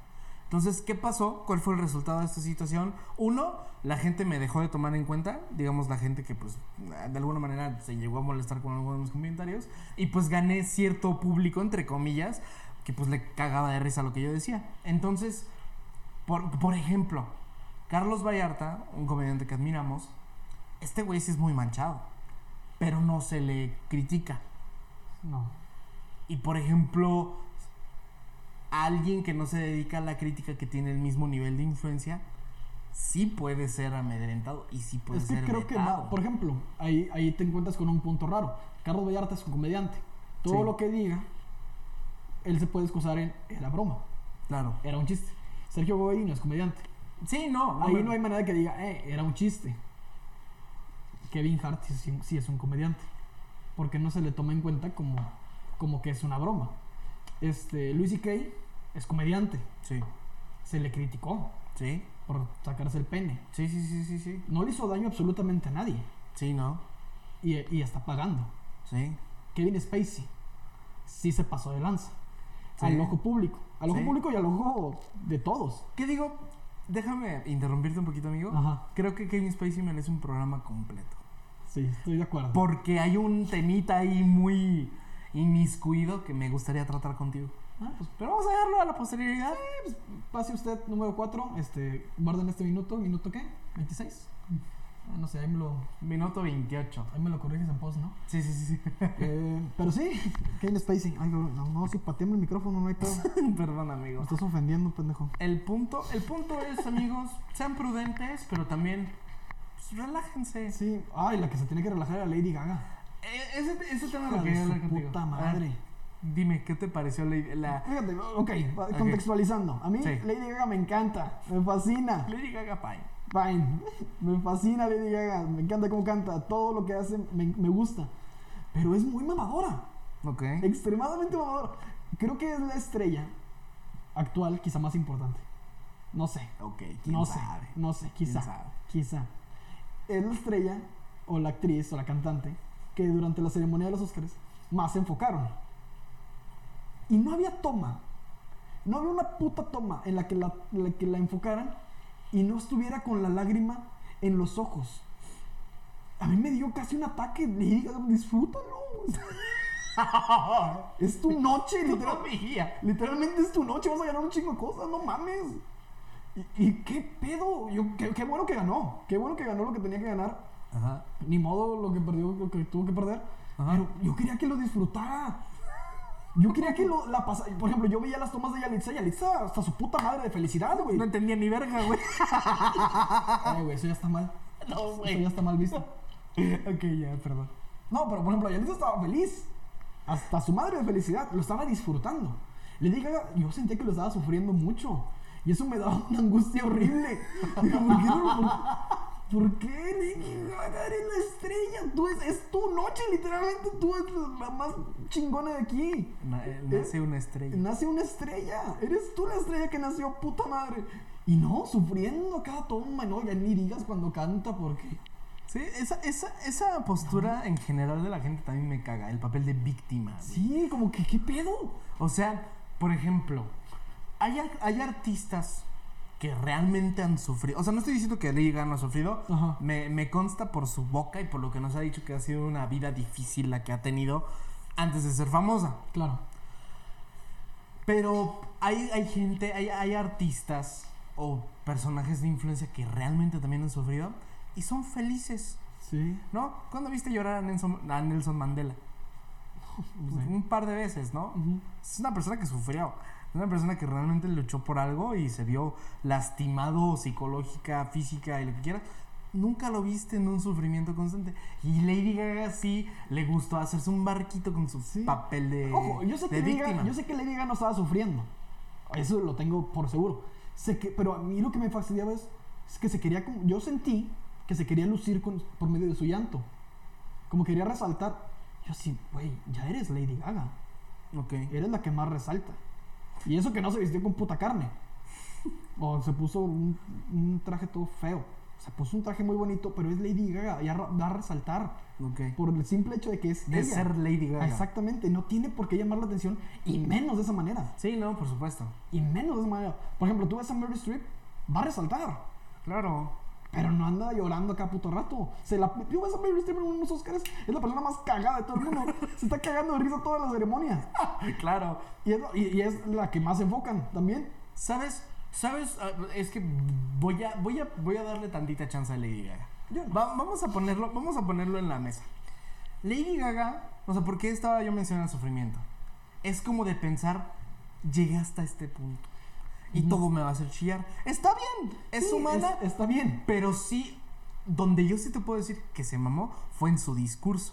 Entonces, ¿qué pasó? ¿Cuál fue el resultado de esta situación? Uno, la gente me dejó de tomar en cuenta, digamos la gente que pues de alguna manera se llegó a molestar con algunos de mis comentarios y pues gané cierto público, entre comillas, que pues le cagaba de risa lo que yo decía. Entonces, por, por ejemplo, Carlos Vallarta, un comediante que admiramos, este güey sí es muy manchado, pero no se le critica.
No.
Y por ejemplo, alguien que no se dedica a la crítica que tiene el mismo nivel de influencia, sí puede ser amedrentado y sí puede
es que
ser
creo que,
vetado.
no. por ejemplo, ahí, ahí te encuentras con un punto raro. Carlos Vallarta es un comediante. Todo
Sí.
lo que diga, él se puede excusar en era broma,
Claro.
era un chiste. Sergio Godoy no es comediante.
Sí, no.
Ahí
me-
no hay manera que diga, eh, era un chiste. Kevin Hart sí, sí- sí es un comediante. Porque no se le toma en cuenta como, como que es una broma. Este, Luis C.K. es comediante.
Sí,
Se le criticó
sí.
por sacarse el pene.
Sí, sí, sí, sí, sí.
No le hizo daño absolutamente a nadie.
Sí, no.
Y, y está pagando.
Sí.
Kevin Spacey sí se pasó de lanza.
Sí.
Al ojo público. Al ojo
Sí.
público y al ojo de todos.
¿Qué digo? Déjame interrumpirte un poquito, amigo.
Ajá.
Creo que Kevin Spacey merece un programa completo.
Sí, estoy de acuerdo.
Porque hay un temita ahí muy inmiscuido que me gustaría tratar contigo.
Ah, pues,
Pero vamos a dejarlo a la posterioridad.
Pase usted, número 4. Este, guarden este minuto. ¿Minuto qué? ¿26? Ah, no sé, ahí me lo,
Minuto 28.
ahí me lo corriges en
[LAUGHS]
post, ¿no?
Sí, sí, sí. sí.
Eh, pero sí, Kevin Spacey. Ay, no, no, no, si pateame el micrófono, no hay pedo.
[LAUGHS] Perdón,
Me
amigos.
estás ofendiendo, pendejo.
El punto, el punto es, amigos, sean prudentes, pero también pues, relájense.
Sí, ay, la que se tiene que relajar era Lady Gaga.
E- ese, ese tema
Hija
lo
de
quería
su
hablar contigo.
puta
A ver,
madre.
dime, ¿qué te pareció la... la
Fíjate, ok, va- contextualizando. A mí
Sí.
Lady Gaga me encanta, me fascina.
Lady Gaga Pine.
Fine. [LAUGHS] Me fascina Lady Gaga, me encanta cómo canta, todo lo que hace me, me gusta. Pero es muy mamadora.
Ok.
extremadamente mamador. Creo que es la estrella actual, quizá más importante. No sé,
Ok, quién
no
sabe.
sé,
[LAUGHS]
no sé,
quién
quizá,
sabe.
quizá. Es la estrella, o la actriz, o la cantante, que durante la ceremonia de los Oscars más se enfocaron. Y no había toma, no había una puta toma en la que la, la que la enfocaran y no estuviera con la lágrima en los ojos. A mí me dio casi un ataque, disfrútalo. [LAUGHS] Es tu
[LAUGHS]
noche, literal-
Todavía.
Literalmente es tu noche, vas a ganar un chingo de cosas, no mames. ¿Y, y qué pedo? Yo, qué, qué bueno que ganó. Qué bueno que ganó lo que tenía que ganar.
Ajá.
Ni modo lo que perdió, lo que tuvo que perder.
Ajá.
Pero yo quería que lo disfrutara. Yo quería que lo, la pasara. Por ejemplo, yo veía las tomas de Yalitza. Yalitza hasta su puta madre de felicidad, güey.
No entendía ni verga, güey.
Ay, güey, eso ya está mal.
No,
Eso ya está mal visto. [LAUGHS]
ok, ya, perdón.
No, pero por ejemplo, Yalitza estaba feliz. Hasta su madre de felicidad lo estaba disfrutando. Le dije, yo sentía que lo estaba sufriendo mucho. Y eso me daba una angustia horrible. [LAUGHS] Digo, ¿Por qué? por- por qué? Le dije, "Gaga, eres la estrella. Tú es, es tu noche, literalmente. Tú eres la más chingona de aquí.
Na- eh, nace una estrella.
Nace una estrella. Eres tú la estrella que nació, puta madre. Y no, sufriendo cada toma. No, ya ni digas cuando canta porque...
Sí, esa, esa, esa postura en general de la gente también me caga. El papel de víctima. güey.
Sí, como que, ¿qué pedo?
O sea, por ejemplo, hay, ar- hay artistas que realmente han sufrido. O sea, no estoy diciendo que Lady Gaga no ha sufrido.
Ajá.
Me, me consta por su boca y por lo que nos ha dicho que ha sido una vida difícil la que ha tenido antes de ser famosa.
Claro.
Pero hay, hay gente, hay, hay artistas o personajes de influencia que realmente también han sufrido y son felices.
Sí.
¿No? ¿Cuándo viste llorar a Nelson, a Nelson Mandela? Pues, Un par de veces, ¿no?
Ujú.
Es una persona que sufrió. Es una persona que realmente luchó por algo y se vio lastimado psicológica, física y lo que quieras. Nunca lo viste en un sufrimiento constante. Y Lady Gaga sí le gustó hacerse un barquito con su
Sí.
papel de,
Ojo, yo sé,
Eh, de
que Lady
víctima.
Gaga, yo sé que Lady Gaga no estaba sufriendo. Eso lo tengo por seguro. Sé que, pero a mí lo que me fastidiaba es, es que se quería, como- yo sentí que se quería lucir con, por medio de su llanto. Como quería resaltar. Yo sí, güey, ya eres Lady Gaga.
Ok.
Eres la que más resalta. Y eso que no se vistió con puta carne. O se puso un, un traje todo feo. se puso un traje muy bonito, pero es Lady Gaga. Ya va a resaltar
Ok.
por el simple hecho de que es
De
ella.
ser Lady Gaga.
Ah, Exactamente, no tiene por qué llamar la atención y menos de esa manera.
Sí, no, por supuesto.
Y menos de esa manera. Por ejemplo, tú ves a Mary Streep, va a resaltar.
Claro. [LAUGHS]
Pero no anda llorando acá puto rato. Se la... Yo ves a Mary Streep en unos Oscars, es la persona más cagada de todo el mundo. [LAUGHS] Se está cagando de risa toda la ceremonia.
claro.
Y es, lo- y- y es la que más se enfocan también.
¿Sabes? ¿Sabes? Ah, Es que voy a, voy a, voy a darle tantita chance a Lady Gaga.
Yo no.
Va- vamos, a ponerlo, vamos a ponerlo en la mesa. Lady Gaga, o sea, ¿por qué estaba yo mencionando el sufrimiento? Es como de pensar, llegué hasta este punto y todo me va a hacer chillar. Está bien, es
Sí,
humana,
es- está bien.
pero sí, donde yo sí te puedo decir que se mamó fue en su discurso.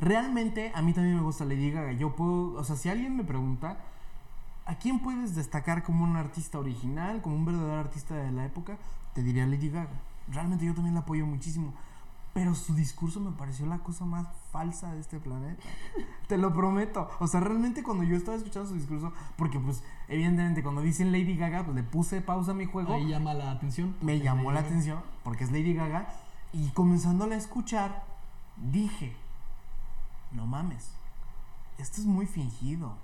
Realmente a mí también me gusta Lady Gaga. Yo puedo, o sea, si alguien me pregunta, ¿a quién puedes destacar como un artista original, como un verdadero artista de la época? Te diría Lady Gaga. Realmente yo también la apoyo muchísimo. Pero su discurso me pareció la cosa más falsa de este planeta. Te lo prometo. O sea, realmente cuando yo estaba escuchando su discurso, porque pues evidentemente cuando dicen Lady Gaga, pues le puse pausa a mi juego
Ahí llama la atención.
me
Es
llamó
Lady
la
Gaga.
atención porque es Lady Gaga y comenzándola a escuchar dije, no mames, esto es muy fingido.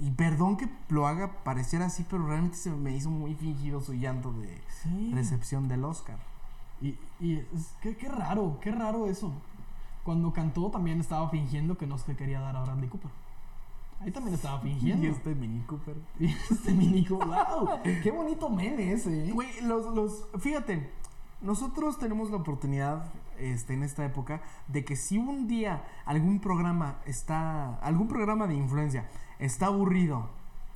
Y perdón que lo haga parecer así, pero realmente se me hizo muy fingido su llanto de
Sí.
recepción del Oscar.
Y, y es, qué, qué raro, qué raro eso. Cuando cantó también estaba fingiendo que no se quería dar a Bradley Cooper. Ahí también estaba fingiendo.
Y este Mini Cooper.
[LAUGHS] Y este minico, wow, qué bonito meme ese. ¿eh?
Güey, los, los, fíjate, nosotros tenemos la oportunidad este, en esta época de que si un día algún programa está, algún programa de influencia está aburrido,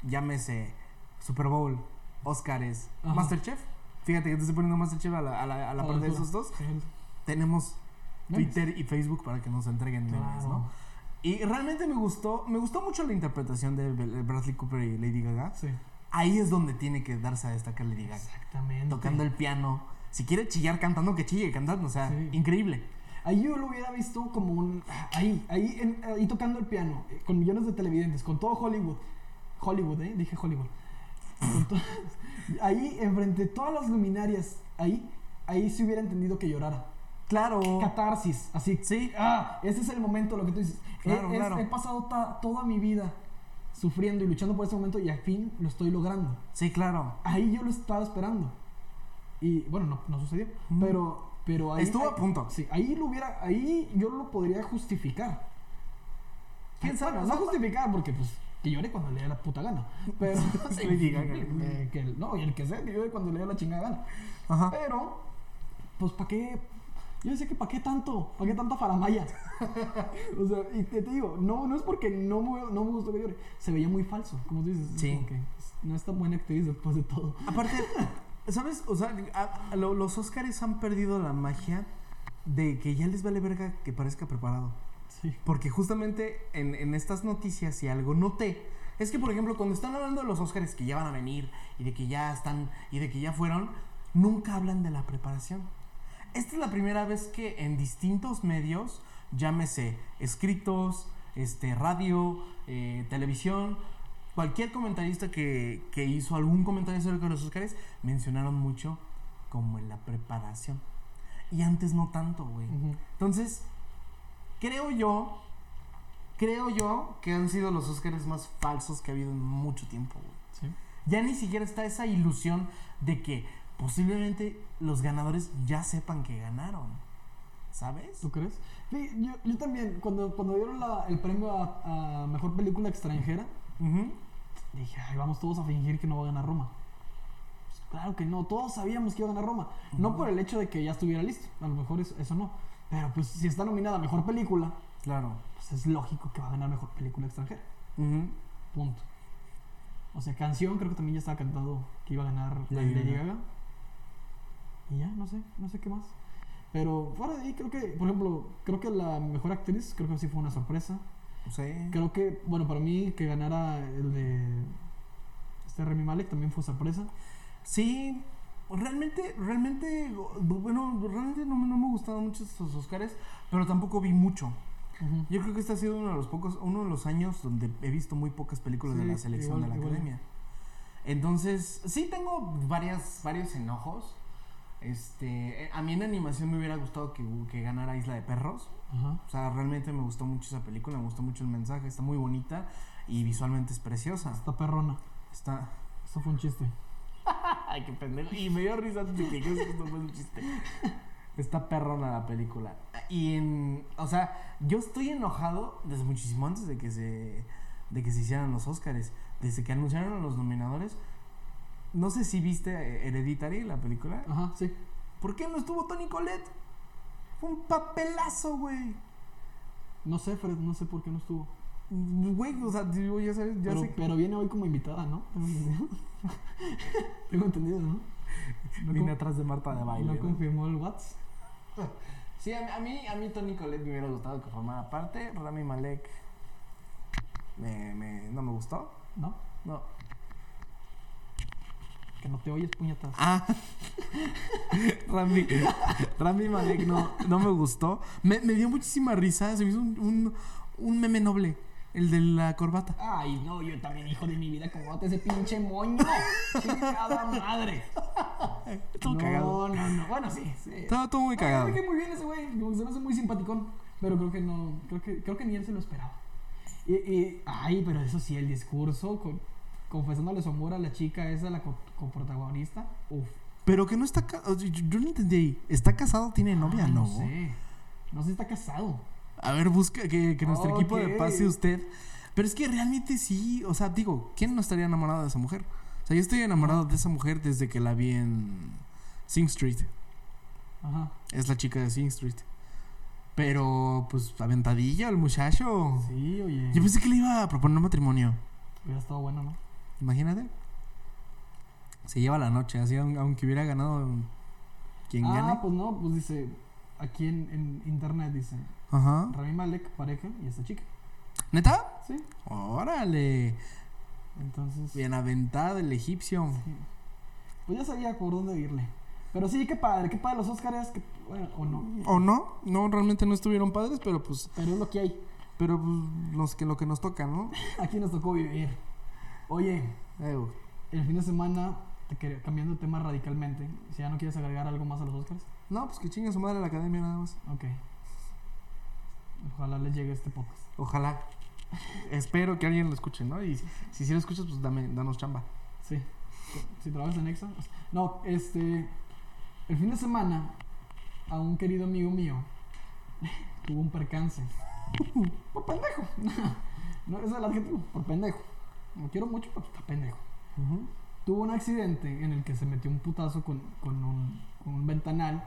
llámese Super Bowl, Oscars,
Ajá.
Masterchef, fíjate que te estoy poniendo Masterchef a la, a la, a la par de
altura.
esos dos, tenemos
Memes.
Twitter y Facebook para que nos entreguen memes,
Claro.
¿no? Y realmente me gustó, me gustó mucho la interpretación de Bradley Cooper y Lady Gaga.
Sí,
Ahí es donde tiene que darse a destacar Lady Gaga
exactamente.
tocando el piano. Si quiere chillar cantando, que chille cantando. O sea,
Sí.
increíble.
Ahí yo lo hubiera visto como un. Ahí, ahí, en- ahí tocando el piano, eh, con millones de televidentes, con todo Hollywood. Hollywood, ¿eh? Dije Hollywood. Con to- ahí, enfrente de todas las luminarias, ahí, ahí se hubiera entendido que llorara.
Claro.
Catarsis, así.
Sí.
Ah, ese es el momento, lo que tú dices. He-
Claro,
he,
claro.
he pasado ta- toda mi vida sufriendo y luchando por ese momento y al fin lo estoy logrando.
Sí, claro.
Ahí yo lo estaba esperando. Y bueno, no, no sucedió.
Mm.
Pero, pero ahí.
Estuvo a
ahí-
punto.
Sí, ahí lo hubiera. Ahí yo lo podría justificar.
¿Quién sabe?
Bueno, no justificar, porque pues que llore cuando le dé la puta
[LAUGHS]
gana. Pero.
Sí, Lady Gaga.
[LAUGHS] Eh, que el- no, y el que sea que llore cuando le dé la chingada gana.
Ajá.
Pero, pues, ¿para qué? Yo decía que ¿para qué tanto? ¿Para qué tanta faramaya? [LAUGHS] o sea, y te, te digo, no, no es porque no me, no me gustó que llore. Se veía muy falso, como tú dices. es
Sí.
como que no es tan buena actriz después de todo.
Aparte, ¿sabes? O sea, a- a lo- los Oscars han perdido la magia de que ya les vale verga que parezca preparado.
Sí.
Porque justamente en, en estas noticias, si algo noté, es que por ejemplo, cuando están hablando de los Óscares que ya van a venir y de que ya están y de que ya fueron, nunca hablan de la preparación. Esta es la primera vez que en distintos medios, llámese escritos, este, radio, eh, televisión, cualquier comentarista que, que hizo algún comentario sobre los Óscares, mencionaron mucho como en la preparación. Y antes no tanto, güey.
Ujú.
Entonces, creo yo, creo yo que han sido los Óscares más falsos que ha habido en mucho tiempo, güey.
Sí.
Ya ni siquiera está esa ilusión de que posiblemente los ganadores ya sepan que ganaron. ¿Sabes?
¿Tú crees? Sí, yo, yo también, cuando, cuando dieron la- el premio a, a Mejor Película Extranjera,
Ujú.
dije, ay, vamos todos a fingir que no va a ganar Roma. Pues, claro que no, todos sabíamos que iba a ganar Roma. No por el hecho de que ya estuviera listo, a lo mejor eso, eso no. Pero pues si está nominada a Mejor Película,
Claro.
pues es lógico que va a ganar Mejor Película Extranjera.
Ujú.
Punto. O sea, canción creo que también ya estaba cantado que iba a ganar la
Lady
de Lady
Gaga.
Gaga. Y ya, no sé, no sé qué más. Pero fuera de ahí creo que, por ejemplo, creo que la mejor actriz, creo que sí fue una sorpresa.
Sí.
Creo que, bueno, para mí que ganara el de este Remy Malek también fue sorpresa.
Sí, realmente, realmente, bueno, realmente no, no me gustaron mucho estos Óscares, pero tampoco vi mucho.
Ujú.
Yo creo que este ha sido uno de los pocos, uno de los años donde he visto muy pocas películas de
Sí,
la selección
igual-
de la
igual.
academia. Entonces, sí tengo varias, varios enojos. Este, eh, a mí en animación me hubiera gustado que, que ganara Isla de Perros.
Ajá.
O sea, realmente me gustó mucho esa película, me gustó mucho el mensaje, está muy bonita y visualmente es preciosa.
Está perrona.
Está...
Eso fue un chiste.
Ay, qué pendejo. Y me dio risa antes de que dijeras que esto fue un chiste. Está perrona la película. Y en. O sea, yo estoy enojado desde muchísimo antes de que se. de que se hicieran los Oscars. Desde que anunciaron a los nominadores. No sé si viste eh, Hereditary, la película.
Ajá, sí.
¿Por qué no estuvo Tony Colette? Fue un papelazo, güey.
No sé, Fred, no sé por qué no estuvo.
Güey, o sea, digo, ya sabes, ya
pero,
sé que-
pero viene hoy como invitada, ¿no? Tengo entendido. [LAUGHS] Tengo entendido, ¿no? No
Vine
con-
atrás de Marta de baile.
No
¿no?
confirmó el Watts.
Sí, a mí, a mí, a mí Tony Colette me hubiera gustado que formara parte. Rami Malek me, me- no me gustó.
¿No?
No.
Que no te oyes, puñetas.
Ah. [LAUGHS] Rami, Rami Malek no, no me gustó. Me, me dio muchísima risa. Se me hizo un, un, un meme noble. El de la corbata.
Ay, no, yo también, hijo de mi vida, como ese pinche moño. Chingada madre.
Estuvo
no,
cagado.
no, no. Bueno, sí, sí.
Estaba todo muy
No,
cagado.
Me cae muy bien ese güey, como que se me hace muy simpaticón, pero creo que no, creo que, creo que ni él se lo esperaba. Y, y- ay, pero eso sí, el discurso, con- confesándole su amor a la chica esa, la co- coprotagonista, uf.
Pero que no está. ca- o sea, Yo yo no entendí ahí. ¿Está casado? ¿Tiene novia?
Ay,
no.
sé, no sé si está casado.
A ver, busca que, que nuestro equipo de
Ok.
pase usted. Pero es que realmente sí, o sea, digo, ¿quién no estaría enamorado de esa mujer? O sea, yo estoy enamorado de esa mujer desde que la vi en Sing Street.
Ajá,
Es la chica de Sing Street. Pero, pues, aventadilla el muchacho.
sí, oye,
Yo pensé que le iba a proponer matrimonio.
hubiera estado bueno, ¿no?
Imagínate. Se lleva la noche, así, aun- aunque hubiera ganado quien
ah,
gane.
pues no, pues dice, aquí en, en internet dice,
Ajá.
Rami Malek, pareja, y esta chica,
¿Neta?
sí,
Órale.
entonces...
Bien aventado el egipcio.
Pues ya sabía por dónde irle. Pero sí, qué padre, qué padre los Óscares, que- bueno, o no.
O no, no, realmente no estuvieron padres, pero pues,
Pero es lo que hay.
pero pues, los que, lo que nos toca, ¿no?
Aquí nos tocó vivir. Oye,
Eh, güey.
el fin de semana, te quería- cambiando de tema radicalmente, si ya no quieres agregar algo más a los Oscars,
No, pues que chinga su madre la academia nada más.
ok. Ojalá les llegue este podcast.
Ojalá. Espero que alguien lo escuche, ¿no? Y si si sí lo escuchas, pues dame, danos chamba.
Sí. Si trabajas en Exa. o sea, No, este. El fin de semana, a un querido amigo mío [LAUGHS] tuvo un percance. [LAUGHS] Por pendejo. [LAUGHS] No, ese es el adjetivo, por pendejo. Lo quiero mucho, pero está pendejo. Tuvo un accidente en el que se metió un putazo con, con un, con un ventanal.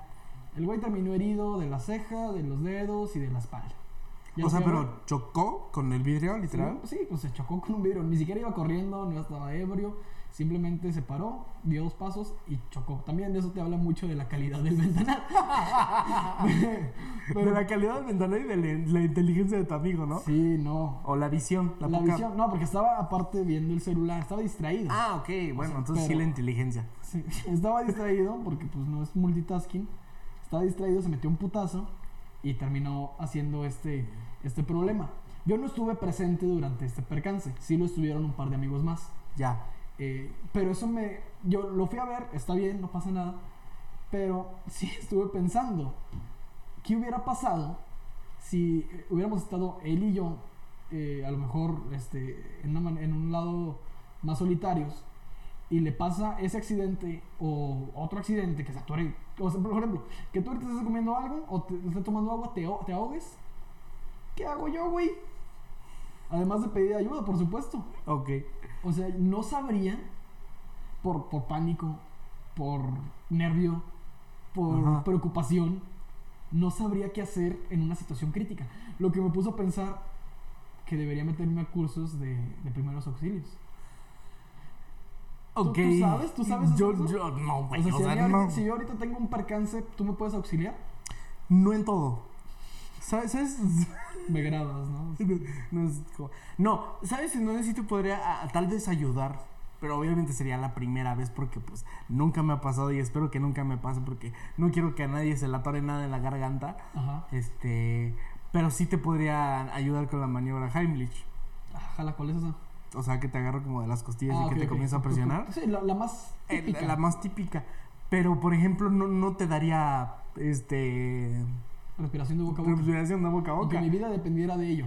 El güey terminó herido de la ceja, de los dedos y de la espalda. Ya
O sea,
fue-
pero chocó con el vidrio, literal.
Sí, pues se chocó con un vidrio. Ni siquiera iba corriendo, no estaba ebrio. Simplemente se paró, dio dos pasos y chocó. También de eso te habla mucho de la calidad del ventanal.
[LAUGHS] De la calidad del ventanal y de la, la inteligencia de tu amigo, ¿no?
Sí, no.
O la visión, la,
La,
poca-
visión, no, porque estaba aparte viendo el celular, estaba distraído.
Ah, ok, bueno, entonces sí
pero-
la inteligencia.
Sí, [LAUGHS] estaba distraído porque pues no es multitasking. Estaba distraído, se metió un putazo y terminó haciendo este, este problema. Yo no estuve presente durante este percance, sí lo estuvieron un par de amigos más.
Ya.
Eh, pero eso me. Yo lo fui a ver, está bien, no pasa nada. Pero [LAUGHS] sí estuve pensando: ¿qué hubiera pasado si eh, hubiéramos estado él y yo, eh, a lo mejor este, en, una man- en un lado más solitarios, y le pasa ese accidente o otro accidente que se atore? O sea, por ejemplo, que tú ahorita estés comiendo algo o te, estés tomando agua, te, o- te ahogues. ¿Qué hago yo, güey? Además de pedir ayuda, por supuesto.
Ok.
O sea, no sabría por, por pánico, por nervio, por
Ajá.
preocupación, no sabría qué hacer en una situación crítica. Lo que me puso a pensar que debería meterme a cursos de, de primeros auxilios.
Ok.
tú sabes? ¿Tú sabes hacer
Yo,
eso?
yo, Pues no,
O
güey.
sea, si,
o sea,
a mí ahorita-
no.
si yo ahorita tengo un percance, ¿tú me puedes auxiliar?
No en todo. ¿Sabes? ¿Sabes?
Me grabas, ¿no?
No, es como- no, ¿sabes en dónde sí te podría ah, tal vez ayudar? Pero obviamente sería la primera vez porque pues nunca me ha pasado y espero que nunca me pase porque no quiero que a nadie se le atore nada en la garganta.
Ajá.
Este, pero sí te podría ayudar con la maniobra Heimlich.
Ajá, Ah, ¿cuál es esa?
O sea, que te agarro como de las costillas
Ah,
y que
ok, [LAUGHS]
te
ok.
comienza a presionar. Eh,
Sí, la, la más
El-
típica.
la más típica. Pero, por ejemplo, no, no te daría este
Respiración de boca a boca.
respiración de boca a
Aunque
boca.
mi vida dependiera de ello.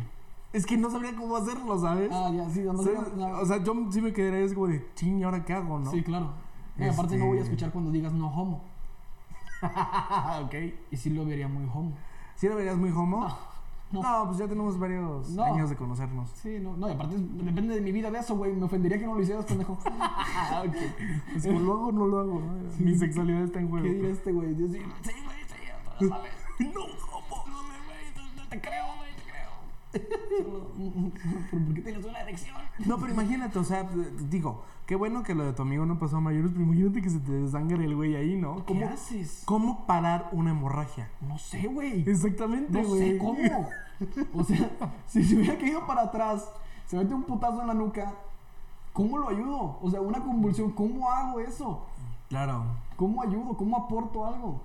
Es que no sabría cómo hacerlo, ¿sabes?
Ah, ya, sí, además,
¿Sabes?
la-
O sea, yo sí me quedaría así como de, ching, ¿y ahora qué hago, no?
Sí, claro. Y aparte
Este-
no voy a escuchar cuando digas no homo. [LAUGHS]
ok.
Y sí lo vería muy homo.
¿Sí lo verías muy homo?
No.
No, pues ya tenemos varios
No.
años de conocernos.
Sí, no, no, y aparte es- depende de mi vida de eso, güey. Me ofendería que no lo hicieras, [LAUGHS] pendejo.
Es como, ¿lo hago o no lo hago? ¿no?
Sí.
Mi sexualidad está en juego.
¿Qué dirá este güey? Yo sí, sí, güey, sí, tú lo [LAUGHS] sabes. No, homo. No, me- güey, te creo, güey, te creo. Solo- ¿Pero [LAUGHS] ¿Por qué tienes una erección?
No, pero imagínate, o sea, digo, qué bueno que lo de tu amigo no pasó a mayores, pero imagínate que se te desangre el güey ahí, ¿no?
¿Qué
¿Cómo,
haces? Este
cómo parar una hemorragia?
No sé, güey.
Exactamente,
No
güey.
sé cómo. O sea, [LAUGHS] si se hubiera caído para atrás, se mete un putazo en la nuca, ¿cómo lo ayudo? O sea, una convulsión, ¿cómo hago eso?
Claro.
¿Cómo ayudo? ¿Cómo aporto algo?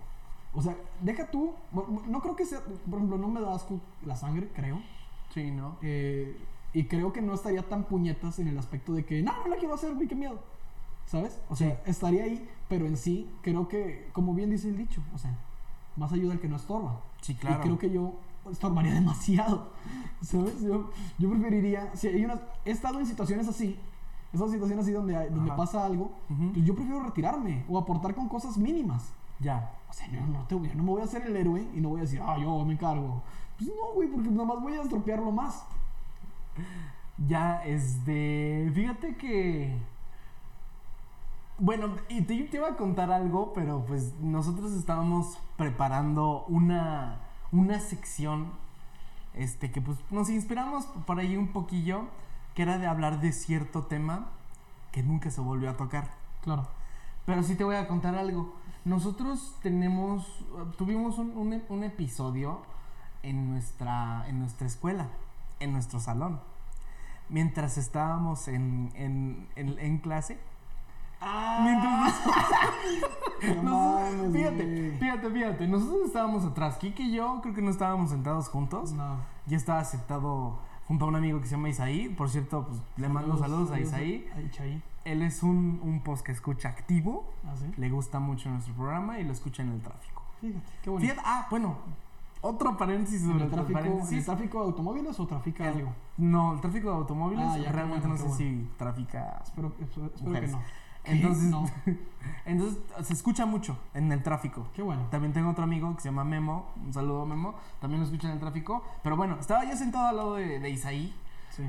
O sea, deja tú. bu- bu- No creo que sea. Por ejemplo, no me da asco la sangre, creo.
Sí, ¿no?
Eh, y creo que no estaría tan puñetas en el aspecto de que, no, no la quiero hacer, güey, qué miedo. ¿Sabes? O sea, estaría ahí, pero en sí, creo que, como bien dice el dicho, o sea, más ayuda el que no estorba.
Sí, claro.
Y creo que yo estorbaría [LAUGHS] demasiado. ¿Sabes? Yo, yo preferiría. Si hay unas, he estado en situaciones así. Esas situaciones así donde, hay- donde
Ajá.
pasa algo.
Ujú.
pues yo prefiero retirarme o aportar con cosas mínimas.
Ya.
O sea, yo no, te voy- yo no me voy a hacer el héroe y no voy a decir, ah, yo me encargo. Pues no, güey, porque nada más voy a estropearlo más.
Ya, este. Fíjate que. Bueno, y te, te iba a contar algo, pero pues nosotros estábamos preparando una, una sección. Este, que pues nos inspiramos por ahí un poquillo. Que era de hablar de cierto tema que nunca se volvió a tocar.
Claro.
Pero sí te voy a contar algo. Nosotros tenemos. Tuvimos un, un e- un episodio en nuestra, en nuestra escuela, en nuestro salón. Mientras estábamos en, en, en- en clase. Mientras
Ah, [LAUGHS] No
nos-
mames,
fíjate,
güey.
fíjate, fíjate. Nosotros estábamos atrás. Kike y yo creo que no estábamos sentados juntos.
No.
Yo estaba sentado junto a un amigo que se llama Isaí. Por cierto, pues, le mando saludos, a Isaí.
Ay, Chaí.
Él es un, un post que escucha activo
Ah, sí.
le gusta mucho nuestro programa y lo escucha en el tráfico.
Fíjate, qué bonito.
Fíjate- ah, bueno, otro paréntesis
¿En
sobre
el,
el
tráfico, en el
paréntesis.
tráfico de automóviles o trafica
El-
algo?
No, el tráfico de automóviles
Ah, ya, qué
realmente
bueno,
no sé
qué
si trafica.
Espero, espero- espero que
Mujeres.
no. ¿Qué?
[LAUGHS] Entonces, [LAUGHS]
No.
entonces se escucha mucho en el tráfico.
Qué bueno.
También tengo otro amigo que se llama Memo, un saludo Memo, también lo escucha en el tráfico. Pero bueno, estaba yo sentado al lado de, de Isaí
Sí.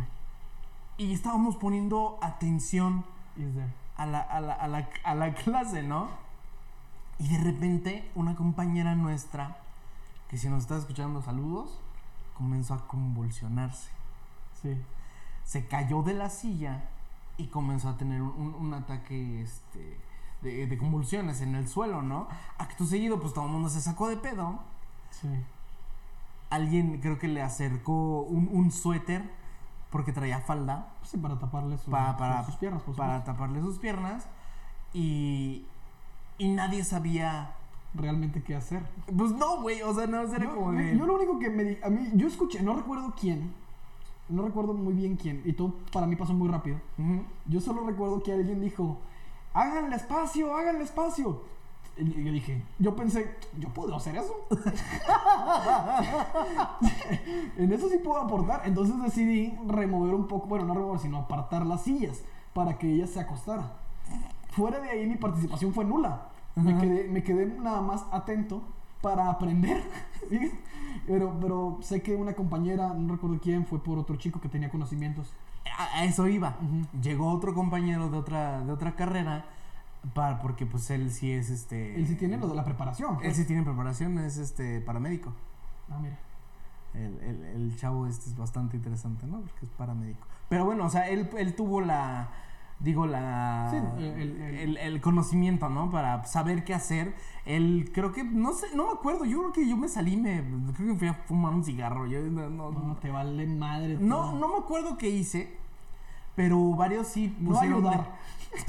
y estábamos poniendo atención
Is there.
a la, a la- a la- a la [LAUGHS] clase, ¿no? Y de repente una compañera nuestra, que si nos está escuchando saludos, comenzó a convulsionarse.
Sí.
Se cayó de la silla y comenzó a tener un, un- un ataque este, de, de convulsiones en el suelo, ¿no? Acto seguido, pues todo el mundo se sacó de pedo.
Sí.
Alguien creo que le acercó un, un suéter porque traía falda.
Pues Sí, para taparle su-
Pa- para-
sus piernas, por
para
supuesto.
taparle sus piernas y, y nadie sabía.
Realmente qué hacer.
Pues no, güey, o sea, no, era
yo,
como
yo-
de...
yo lo único que me di- a mí yo escuché no recuerdo quién no recuerdo muy bien quién y todo para mí pasó muy rápido
Ujú.
yo solo recuerdo que alguien dijo háganle espacio háganle espacio y yo dije yo pensé yo puedo hacer eso [LAUGHS] en eso sí puedo aportar entonces decidí remover un poco bueno no remover sino apartar las sillas para que ella se acostara fuera de ahí mi participación fue nula. Me
Ajá.
quedé, me quedé nada más atento para aprender. [LAUGHS] ¿sí? pero, pero sé que una compañera, no recuerdo quién, fue por otro chico que tenía conocimientos.
A, a eso iba.
Ujú.
Llegó otro compañero de otra, de otra carrera para, porque pues él sí es este...
Él sí tiene lo de la preparación.
Él sí tiene preparación, es este paramédico.
Ah, mira.
El, el- el chavo este es bastante interesante, ¿no? Porque es paramédico. Pero bueno, o sea, él, él tuvo la. Digo, la.
Sí, el- el- el-
el- el conocimiento, ¿no? Para saber qué hacer. Él, creo que. No sé, no me acuerdo. Yo creo que yo me salí, me. Creo que fui a fumar un cigarro. Yo no. No,
No, te vale madre.
no,
todo.
no me acuerdo qué hice. Pero varios sí
No
pusieron.
ayudar.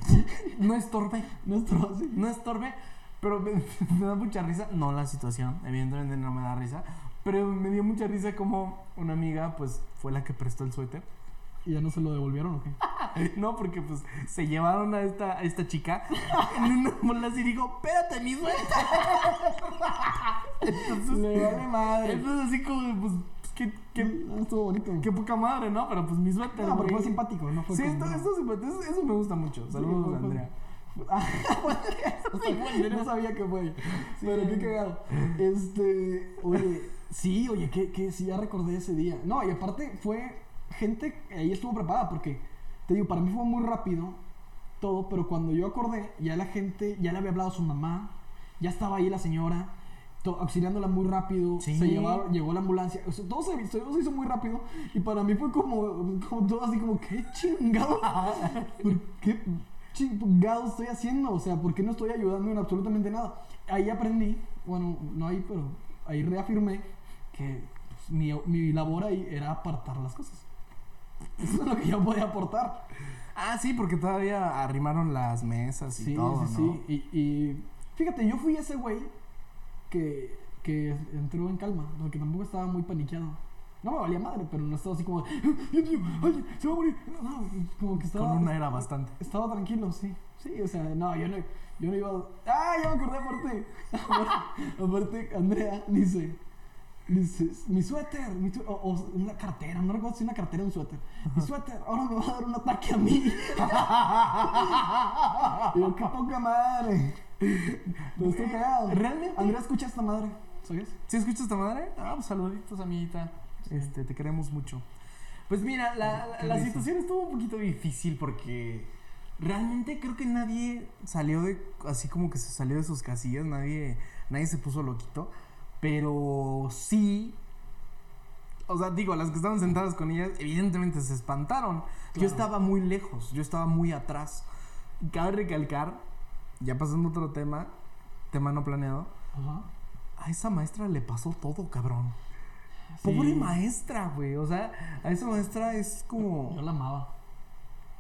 [LAUGHS] no estorbé.
No es todo así.
No estorbe, pero me, [LAUGHS] me da mucha risa. No la situación, evidentemente no me da risa. Pero me dio mucha risa como una amiga, pues, fue la que prestó el suéter. [LAUGHS]
¿Y ya no se lo devolvieron o qué?
No, porque pues se llevaron a esta, a esta chica [LAUGHS] en una bola y dijo, espérate, mi suelta. [LAUGHS] Entonces,
Le vale madre.
Entonces así como, de, pues, qué, qué,
No, estuvo bonito.
qué poca madre, ¿no? Pero pues mi suelta.
No, pero fue simpático, no fue
Sí,
como-
esto, esto sí, pues, eso- eso me gusta mucho. Saludos,
fue- fue-
[LAUGHS] Andrea.
Ah, no sabía que fue. pero qué cagado. Este, oye, sí, oye, que, que sí, ya recordé ese día. No, y aparte fue gente, que ahí estuvo preparada, porque te digo, para mí fue muy rápido todo, pero cuando yo acordé, ya la gente, ya le había hablado a su mamá, ya estaba ahí la señora. to- Auxiliándola muy rápido,
Sí.
se llevaron, llegó la ambulancia, o sea, todo, se, todo se hizo muy rápido y para mí fue como, como todo así como, qué chingado, ¿Por qué chingado estoy haciendo? O sea, ¿por qué no estoy ayudando en absolutamente nada? Ahí aprendí, bueno, no ahí, pero ahí reafirmé que pues, mi, mi labor ahí era apartar las cosas. [LAUGHS] Eso es lo que yo podía aportar.
Ah, sí, porque todavía arrimaron las mesas y
Sí,
todo,
sí,
¿no?
sí. Y, y fíjate, yo fui ese güey que, que entró en calma, porque tampoco estaba muy paniqueado. No me valía madre, pero no estaba así como, ¡Ah, Dios mío, ay, se va a morir. No, no, como que estaba.
Con una era bastante.
Estaba tranquilo, sí. Sí, o sea, no, yo no, yo no iba. a- ¡Ah! Ya me acordé, aparte. [LAUGHS] aparte. aparte, Andrea dice. Dice, mi suéter, mi sué- o, o una cartera, no recuerdo si una cartera o un suéter. Mi suéter, ahora me va a dar un ataque a mí. [LAUGHS] Y yo, qué poca [LAUGHS] madre. Pero estoy cagado.
Realmente.
Andrea escucha esta madre, ¿sabes?
¿Sí escuchas esta madre? Ah, pues saluditos, amiguita. Este, te queremos mucho. Pues mira, la, la-
Qué
la
risa.
situación estuvo un poquito difícil porque realmente creo que nadie salió de. Así como que se salió de sus casillas, nadie, nadie se puso loquito. Pero sí. O sea, digo, las que estaban sentadas con ellas, evidentemente se espantaron. Yo
Claro.
estaba muy lejos, yo estaba muy atrás. Cabe recalcar, ya pasando a otro tema, tema no planeado.
Ajá.
A esa maestra le pasó todo, cabrón. Pobre
Sí.
maestra, güey. O sea, a esa maestra es
Yo
como.
la amaba.